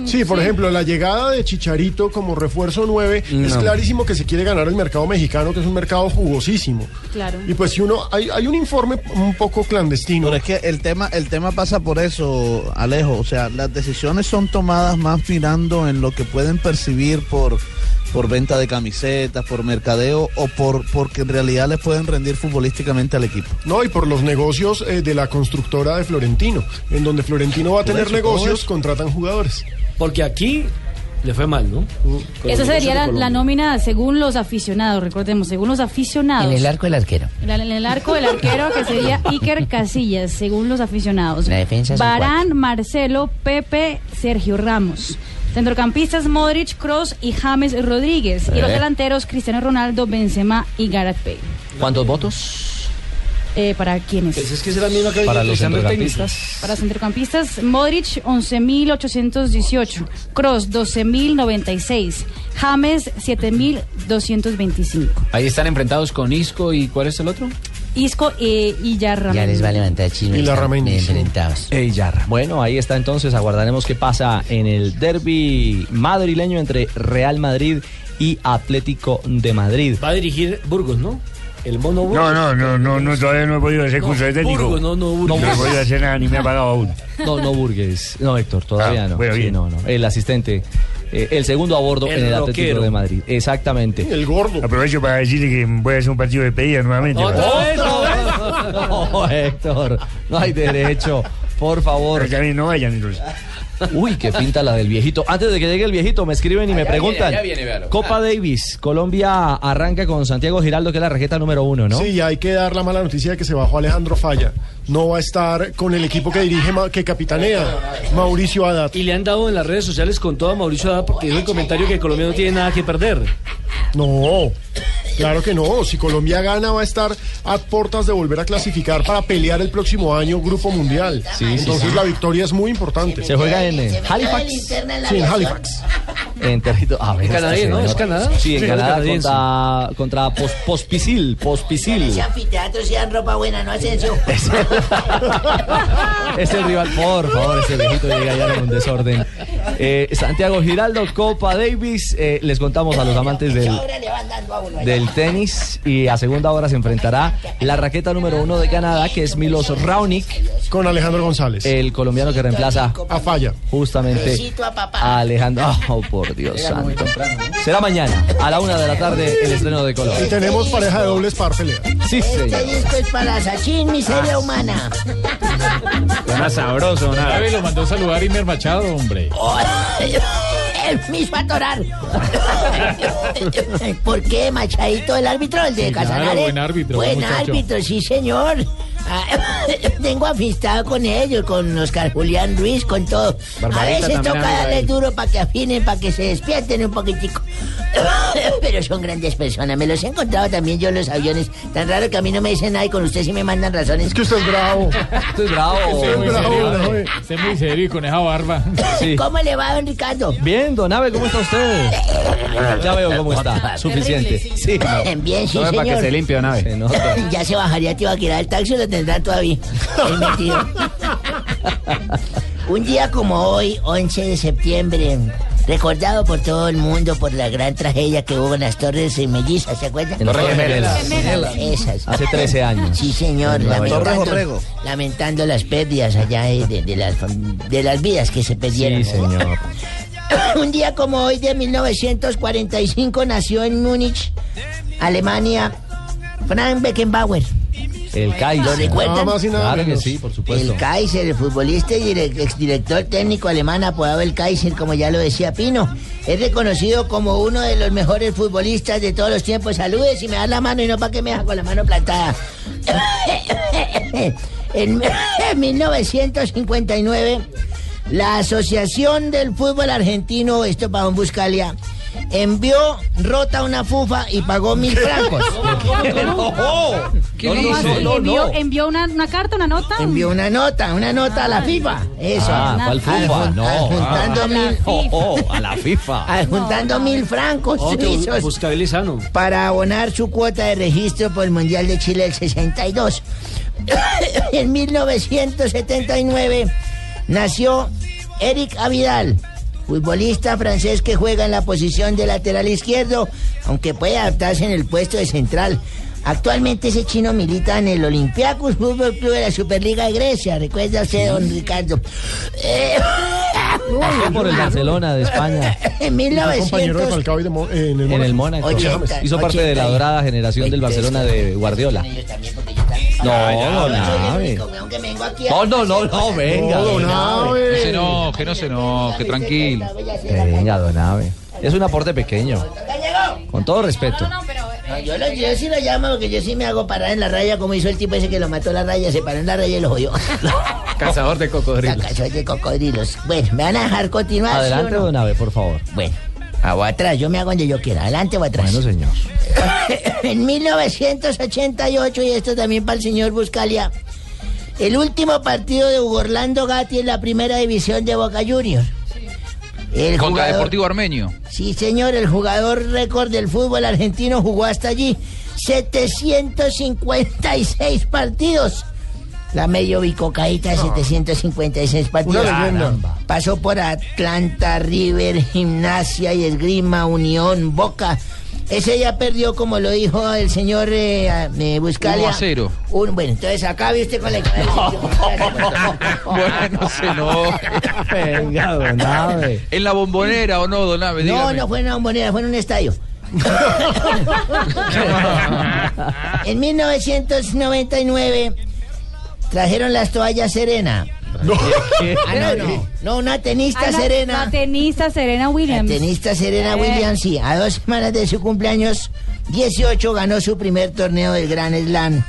Sí, por ejemplo, la llegada de Chicharito como refuerzo 9 es
No.
clarísimo que se quiere ganar el mercado mexicano, que es un mercado jugosísimo.
Claro.
Y pues si uno, hay, hay un informe un poco clandestino.
Pero es que el tema, el tema pasa por eso, Alejo. O sea, las decisiones son tomadas más mirando en lo que pueden percibir por, por venta de camisetas, por mercadeo o por porque en realidad les pueden rendir futbolísticamente al equipo.
No, y por los negocios eh, de la constructora de Florentino, en donde Florentino va a
Por
tener
eso, todo
negocios,
eso.
contratan jugadores. Uh,
Porque aquí le fue mal, ¿no?
Esa sería la, la nómina según los aficionados, recordemos, según los aficionados.
En el arco del arquero.
La- En el arco del arquero que sería Iker Casillas, según los aficionados.
La defensa son
Barán, Marcelo, Pepe, Sergio Ramos. Centrocampistas Modric, Cross y James Rodríguez. Y los
Eh.
delanteros Cristiano Ronaldo, Benzema y Gareth Bale.
¿Cuántos votos?
Eh, ¿Para quiénes?
Pues es que es la misma que
Para
viene
los
utilizando el técnico.
centrocampistas.
Para centrocampistas, Modric 11.818, Cross 12.096, James 7.225,
Ahí están enfrentados con Isco y ¿cuál es el otro?
Isco eh, y Yarra.
Ya les va a levantar chisme.
Y la
están
Ramendi, sí.
enfrentados.
Ey, Yarra. Bueno, ahí está entonces. Aguardaremos qué pasa en el derby madrileño entre Real Madrid y Atlético de Madrid.
Va a dirigir Burgos, ¿no? El mono Burgos.
No, no, no, no, no, todavía no he podido hacer curso de técnico.
Burgos, no, no, Burgos.
No he podido hacer nada, ni me ha pagado aún.
No, no Burgues. No, Héctor, todavía
Ah,
no.
bueno,
Sí,
bien.
no, no. El asistente, eh, el segundo a bordo
El
en el Atlético
rockero.
de Madrid. Exactamente.
El gordo. Aprovecho para decirle que voy a hacer un partido de pedida nuevamente.
¿Otra vez? No, Héctor, no hay derecho. Por favor.
Pero también no vayan entonces.
Uy, qué pinta la del viejito. Antes de que llegue el viejito, me
Ah,
escriben y me
Allá
preguntan.
viene, allá viene, véalo.
Copa Davis, Colombia arranca con Santiago Giraldo, que es la rejeta número uno, ¿no?
Sí, hay que dar la mala noticia de que se bajó Alejandro Falla. No va a estar con el equipo que dirige, ma- que capitanea, Mauricio Haddad.
Y le han dado en las redes sociales con todo a Mauricio Haddad porque dijo el comentario que Colombia no tiene nada que perder.
No, claro que no. Si Colombia gana, va a estar a puertas de volver a clasificar para pelear el próximo año Grupo Mundial.
sí,
Entonces
sí.
la victoria es muy importante.
Se juega en, eh, Halifax.
Sí, en Halifax.
En territorio. A ver,
En Canadá,
este
¿no? ah,
señor.
¿Es Canadá?
Sí, en
Sí,
Canadá
canadiense.
contra, contra pos- Pospisil. Pospisil.
Ese anfiteatro si dan ropa buena, no hacen eso.
Es el rival, por favor, ese viejito llega ya en un desorden. Eh, Santiago Giraldo, Copa Davis. eh, les contamos a los amantes del, del tenis y a segunda hora se enfrentará la raqueta número uno de Canadá, que es Milos Raonic.
Con Alejandro González.
El colombiano que reemplaza
a Falla.
Justamente
Besito a papá.
a Alejandro. Oh, por Dios santo. Será mañana, a la una de la tarde, el estreno de Colombia.
Y tenemos pareja de dobles par pelea.
Sí,
Este
señor.
disco es para Sachin,
Ah.
miseria humana.
Suena sabroso,
nada. lo mandó a saludar Imer Machado, hombre.
El mismo atorar. ¿Por qué, Machadito? El árbitro, el de
Sí, claro,
Casanare.
buen árbitro,
Buen
buen muchacho.
árbitro, sí, señor. Ah, Tengo afistado con ellos, con Oscar Julián Ruiz, con todo. A
Barbarita
veces
también
toca
anda
darle
ahí.
duro para que afinen, para que se despierten un poquitico. Pero son grandes personas. Me los he encontrado también yo en los aviones. Tan raro que a mí no me dicen nada y con usted sí me mandan razones. Es
que usted es bravo.
Usted es bravo.
Usted es muy serio, eh. Usted es muy serio y con esa barba.
¿Cómo le va, don Ricardo?
Bien, don Abe, ¿cómo está usted? Ya veo cómo está. Suficiente. Sí, no.
Bien, sí,
Tome
señor.
para que se limpie, don Abe. Se nota.
ya se bajaría, te iba a quitar el taxi, lo tendrá todavía. El metido. Un día como hoy, 11 de septiembre, recordado por todo el mundo por la gran tragedia que hubo en las Torres Mellizas, ¿se acuerdan?
En Torres Gemelas. Gemelas.
Esas.
Hace 13 años.
Sí, señor.
En Nueva York.
Lamentando,
Torres Orrego.
lamentando las pérdidas allá de, de- de las, fam- de las vidas que se perdieron.
Sí, señor.
Un día como hoy de 1945 nació en Múnich, Alemania, Frank Beckenbauer.
El Kaiser.
¿Lo recuerdan?
Nada más y nada Claro que menos. sí, por supuesto.
El Kaiser, el futbolista y direc- exdirector técnico alemán apodado el Kaiser, como ya lo decía Pino. Es reconocido como uno de los mejores futbolistas de todos los tiempos. Saludes y me da la mano y no para que me deja con la mano plantada. en 1959, la Asociación del Fútbol Argentino, esto para Don Buscalia, envió rota una fufa y pagó mil francos.
¿Cómo así? envió, envió una, una carta, una nota. un-
Envió una nota, una nota a la FIFA. Eso.
Ah, ¿cuál FIFA?
Adjun-
No.
Adjuntando
Ah.
mil.
Oh, oh, a la FIFA.
Adjuntando mil francos suizos
Busca Lizano.
para abonar su cuota de registro por el Mundial de Chile del 62. en 1979 nació Eric Avidal, futbolista francés que juega en la posición de lateral izquierdo, aunque puede adaptarse en el puesto de central. Actualmente ese chino milita en el Olympiacos Fútbol Club de la Superliga de Grecia. Recuerda usted, don Ricardo.
Pasó Ah, por el Barcelona de España.
en
Fue compañero de
1900
Falcao y de Mo- en el
En
Mónaco.
el Mónaco. Hizo parte de la dorada generación del Barcelona de Guardiola. No, no, no. No, no, no, no, venga. Eh,
No, don
Abe.
No se enoje, no se enoje, tranquilo.
Venga, don Abe. Es un aporte pequeño. Con todo respeto.
No, pero
No, Ah, yo, lo- yo sí lo llamo porque yo sí me hago parar en la raya como hizo el tipo ese que lo mató la raya, se paró en la raya y lo jodió.
Cazador de cocodrilos.
Cazador de cocodrilos. Bueno, ¿me van a dejar continuar? sí o
Adelante,
no?
don Ave, por favor.
Bueno. Ah, voy atrás, yo me hago donde yo quiera. Adelante o atrás.
Bueno, señor.
en 1988, y esto también para el señor Buscalia, el último partido de Hugo Orlando Gatti en la primera división de Boca Juniors. El
Contra
jugador-
Deportivo Armenio.
Sí, señor, el jugador récord del fútbol argentino jugó hasta allí 756 partidos. La medio bicocaíta de 756 partidos.
Una leyenda.
Caramba. Pasó por Atlanta, River, Gimnasia y Esgrima, Unión, Boca. Ese ya perdió, como lo dijo el señor eh, a- eh,
1
Buscalia.
a 0.
Un- bueno, entonces acabe usted con la
Bueno, se
Venga, don Ave.
¿En la bombonera o no, don Ave?
No,
Dígame.
no fue en una bombonera, fue en un estadio. en 1999 trajeron las toallas Serena. Ah, no, no. No, una tenista
Ah, la-
Serena.
La tenista Serena
La
Williams.
tenista Serena
Eh.
Williams, sí, a dos semanas de su cumpleaños 18 ganó su primer torneo del Grand Slam,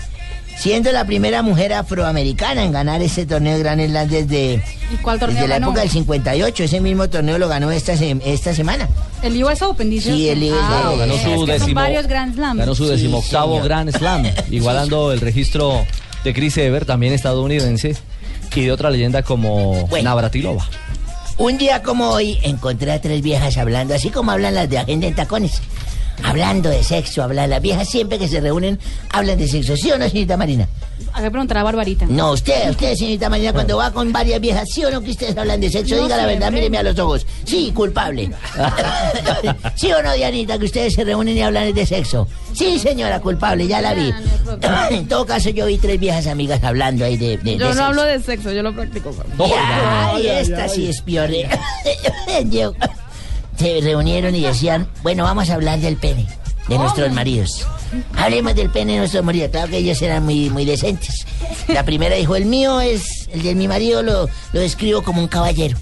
siendo la primera mujer afroamericana en ganar ese torneo del Grand Slam desde,
¿Y cuál torneo
desde la
ganó?
época del 58. Ese mismo torneo lo ganó esta, se- esta semana.
El US Open, dice.
Sí, el
usted.
US
Ah,
Claro, ganó
ok.
su
Es que Son
décimo-
varios Grand Slams.
Ganó su decimoctavo
señor.
Grand Slam, igualando el registro de Chris Ever, también estadounidense, y de otra leyenda como Navratilova.
Un día como hoy encontré a tres viejas hablando, así como hablan las de Agenda en Tacones. Hablando de sexo, hablan las viejas siempre que se reúnen, hablan de sexo, ¿sí o no, señorita Marina?
A ver, preguntará a Barbarita.
No, usted, usted, señorita Marina, cuando va con varias viejas, ¿sí o no que ustedes hablan de sexo?
No
Diga la verdad,
siempre.
míreme a los ojos. Sí, culpable. ¿Sí o no, Dianita, que ustedes se reúnen y hablan de sexo? Sí, señora, culpable, ya la
Ah,
vi. en todo caso, yo vi tres viejas amigas hablando ahí de, de- de
Yo
sexo.
no hablo de sexo, yo lo practico.
Ya, y esta sí es peor. eh. Llegó- Se reunieron y decían, bueno, vamos a hablar del pene, de nuestros maridos. Hablemos del pene de nuestros maridos. Claro que ellos eran muy, muy decentes. La primera dijo, el mío es, el de mi marido lo, lo describo como un caballero.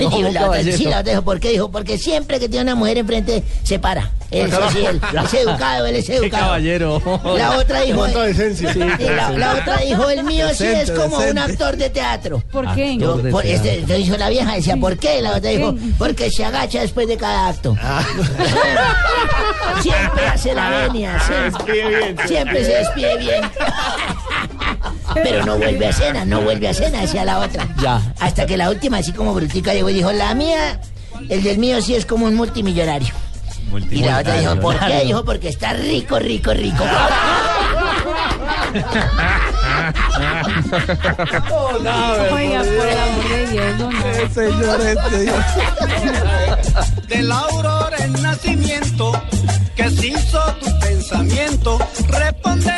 Y
Como un
la otra, sí,
caballero.
la otra dijo, ¿por qué? Dijo, porque siempre que tiene una mujer enfrente, se para. Él es así, él es educado, él es
Qué
educado.
caballero.
La otra dijo.
Cuánta decencia.
Sí, la, la otra dijo, el mío sí
Decente,
es como un
decente.
actor de teatro.
¿Por qué?
Yo,
Actor de
por- este,
teatro.
lo hizo la vieja, decía, ¿por qué? La otra dijo, porque se agacha después de cada acto. siempre hace la venia, siempre, siempre se despide bien. Pero no vuelve a cena, no vuelve a cena, decía la otra.
Ya.
Hasta que la última, así como brutica, llegó y dijo, la mía, el del mío sí es como un multimillonario. Y la otra dijo, ¿por qué?
Claro.
Dijo, porque está rico, rico, rico.
Oiga, por el amor de Dios, don Ave.
De la aurora el nacimiento, que se hizo tu pensamiento, responde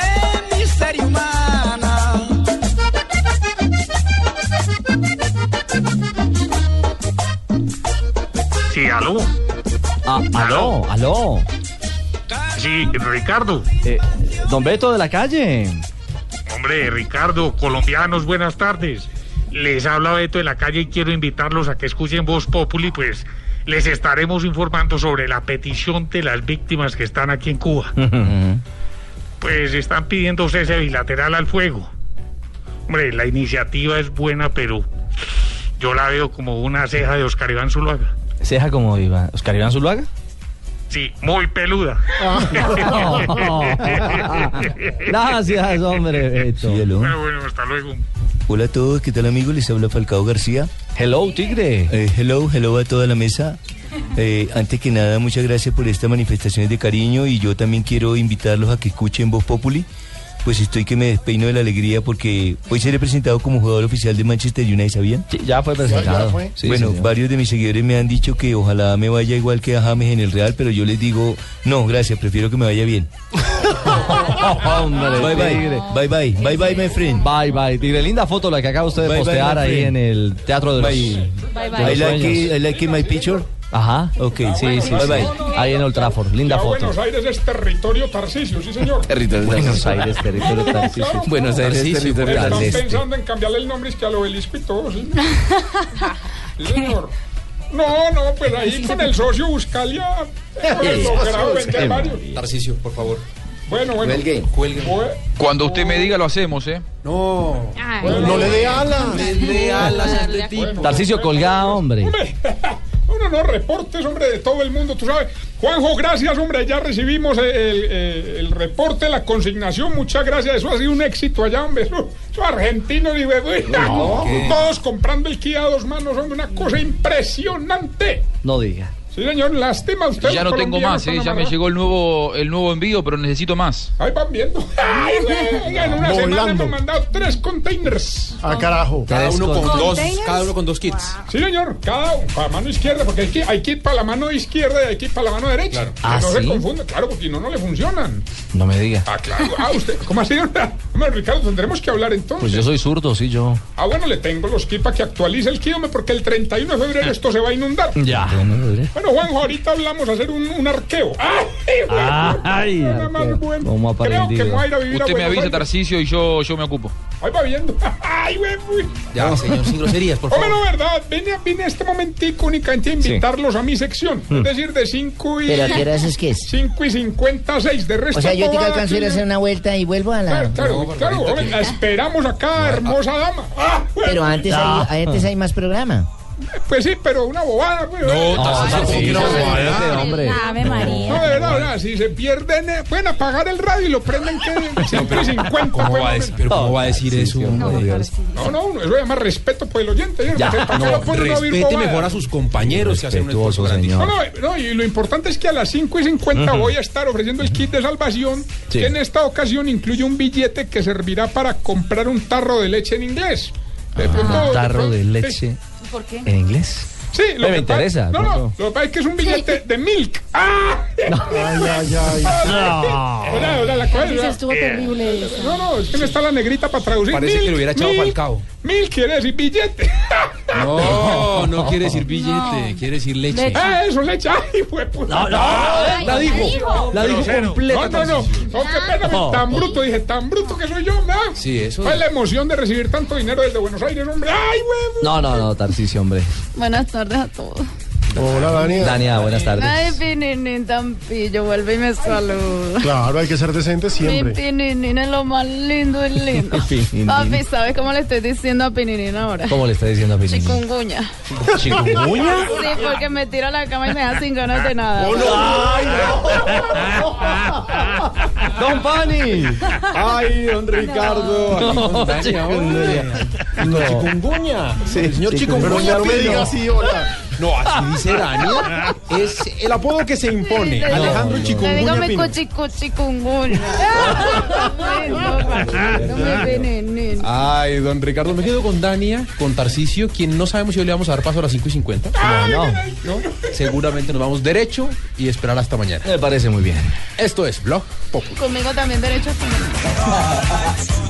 mi ser humana.
Sí, aló.
Ah, aló, aló.
Sí, Ricardo.
Eh.
Don Beto de la calle.
Hombre, Ricardo, colombianos, buenas tardes. Les habla Beto de la calle y quiero invitarlos a que escuchen Voz Populi, pues les estaremos informando sobre la petición de las víctimas que están aquí en Cuba. Pues están pidiendo cese bilateral al fuego. Hombre, la iniciativa es buena, pero yo la veo como una ceja de Oscar Iván Zuluaga.
Ceja como Iván. ¿Oscar Iván Zuluaga?
Sí, muy peluda.
Gracias, hombre, Beto.
Bueno, bueno, hasta luego.
Hola a todos, ¿qué tal amigos? Les habla Falcao García. Eh,
Hello, Tigre.
hello, hello a toda la mesa. Eh, antes que nada, muchas gracias por estas manifestaciones de cariño y yo también quiero invitarlos a que escuchen Voz Populi. Pues estoy que me despeino de la alegría porque hoy seré presentado como jugador oficial de Manchester United, ¿sabían?
ya fue presentado. fue. Sí,
bueno,
señor.
varios de mis seguidores me han dicho que ojalá me vaya igual que a James en el Real, pero yo les digo, no, gracias, prefiero que me vaya bien.
Oh, Hombre,
Oh, Bye, bye.
Tigre.
Bye bye, bye bye, my friend.
Bye bye, Tigre. Linda foto la que acaba usted de
Bye, bye,
postear
my
ahí
friend.
en el Teatro de los,
Bye.
de
I
los
like,
Sueños.
it- I like it, my picture.
Ajá.
Ok,
Ah, Sí, sí,
bye
sí.
bye.
Ahí en Old Trafford. Linda
Ya
foto.
Buenos Aires es territorio Tarcisio, sí señor.
Territorio Buenos Aires, territorio Tarcisio. Buenos Aires, territorio
Están
Tarcisio.
pensando en cambiarle el nombre es que al obelisco y todo, sí. Sí, señor.
No, no, pues ahí con el socio Buscalia hemos logrado vender varios.
Tarcicio, por favor.
Bueno, bueno.
Cuelgue. Cuando usted me diga, lo hacemos, ¿eh? No.
No le dé alas.
Le dé alas a este
tipo.
Tarcicio colgado, hombre.
No, no, reportes, hombre, de todo el mundo, tú sabes. Juanjo, gracias, hombre, ya recibimos el, el- el reporte, la consignación, muchas gracias. Eso ha sido un éxito allá, hombre. Eso, eso argentino, ni bebé.
No, ¿qué?
Todos comprando el Kia a dos manos, hombre, una cosa impresionante.
No diga.
Sí, señor, lástima usted.
Ya no tengo más, ¿eh? Ya me llegó el nuevo, el nuevo envío, pero necesito más.
Ahí van viendo. Ay, güey, en una semana
Volando.
hemos mandado tres containers.
Ah, carajo.
Cada uno con dos- cada
uno con dos kits.
Sí, señor, cada para mano izquierda, porque hay que, hay que ir para la mano izquierda y hay que ir para la mano derecha.
Claro.
Que
Ah,
no
¿sí?
se confunda, claro, porque si no, no le funcionan.
No me diga.
Ah, claro. Ah, usted, ¿cómo así? Hombre, Ricardo, tendremos que hablar entonces.
Pues yo soy zurdo, sí, yo.
Ah, bueno, le tengo los kits para que actualice el kit, hombre, porque el 31 de febrero esto se va a inundar.
Ya.
Bueno, Juanjo, ahorita hablamos de hacer un, un arqueo. ¡Ay, güey!
Ay,
Nada más bueno.
¿Cómo ha
Creo que me
aprendido?
voy a ir a vivir a
Usted me
Buenos
avisa,
Aires.
Tarcicio, y yo, yo me ocupo. Ah.
Ahí va viendo. ¡Ay, güey! uy.
Ya, señor, sin groserías, por
Hombre,
favor.
no, verdad, vine, vine este momentico únicamente a invitarlos a mi sección.
Hmm.
Es decir, de 5 y...
¿Pero a qué horas es que es?
5 y 56, de resto...
O sea, yo te
todo va
alcanzo a ir a
aquí.
hacer una vuelta y vuelvo a la...
Claro, claro, claro, hombre, la esperamos acá, hermosa dama. Ah, güey. Ah,
Pero antes, hay, antes hay más programa.
Pues sí, pero una bobada, güey.
No, Tarcisio, ¿cómo que una bobada?
Ave María. No, de verdad, de verdad, si se pierden, eh, pueden apagar el radio y lo prenden que 5 y 50.
¿Cómo
é?
va a decir, pero cómo va a decir eso? hombre?
No, no, uno, eso se llama respeto por el oyente. ¿sí?
Ya,
Porque ¿para qué lo
no,
ponen a oír
respete
bobadas?
mejor a sus compañeros que hacen un esfuerzo grandísimo.
No, no, no, y lo importante es que a las 5 y 50
Ujú.
voy a estar ofreciendo el kit de salvación,
Sí.
que en esta ocasión incluye un billete que servirá para comprar un tarro de leche en inglés.
Ah,
De pronto- de
tarro
pronto- pues,
de
sí.
leche
¿Por qué?
en inglés.
Sí, lo
Eh, me
que pasa-
interesa.
No,
pronto.
no, lo que pasa es que es un billete de milk. ¡Ah! Ay, ay, ay.
No.
Hola, hola, la cosa. Eh,
Ay, sí, estuvo terrible esa.
No, no, es que no está la negrita para traducir.
Parece que
Milk,
lo hubiera echado
milk,
Falcao.
Milk quiere decir billete.
No, no quiere decir billete, Eh, quiere decir leche.
Ah, eso, leche. Ay, fue
No, no, Ay, la dijo, dijo. la dijo
Grosero.
completa,
No, no, no. No, qué pena,
No.
tan bruto, dije, tan bruto que soy yo, ¿verdad?
Sí, eso
Fue
es.
la emoción de recibir tanto dinero desde Buenos Aires, hombre. Ay, güey.
No, no, no, Tarcicio, hombre.
Buenas tardes a todos.
Hola, Dania.
Dania, buenas tardes.
Ay, Pininin tan pillo, vuelve y me saluda.
Claro, hay que ser decente
Mi
siempre.
Pininin es lo más lindo, es lindo.
Pininin.
Papi, ¿sabes cómo le estoy diciendo a Pininin ahora?
¿Cómo le está diciendo a Pinini?
Chikungunya.
¿Chikungunya?
Sí, porque me tira a la cama y me da sin ganas de nada.
Don Pani.
Ay, don Ricardo.
No,
Chikungunya.
Sí,
El
chikungunya.
señor Chikungunya.
Pero no me diga así, hola.
No, así dice Dania. Es el apodo que se impone.
Le digo-
Alejandro
Le digo
Chikungunya
mi
Pino.
cuchicu chikungunya. Lindo, mi Pininin.
Ay, don Ricardo, me quedo con Dania, con Tarcicio, quien no sabemos si hoy le vamos a dar paso a las 5 y 50.
Ah.
No, no. Seguramente nos vamos derecho y esperar hasta mañana. Me parece muy bien. Esto es Blog Pop.
Conmigo también derecho a comer.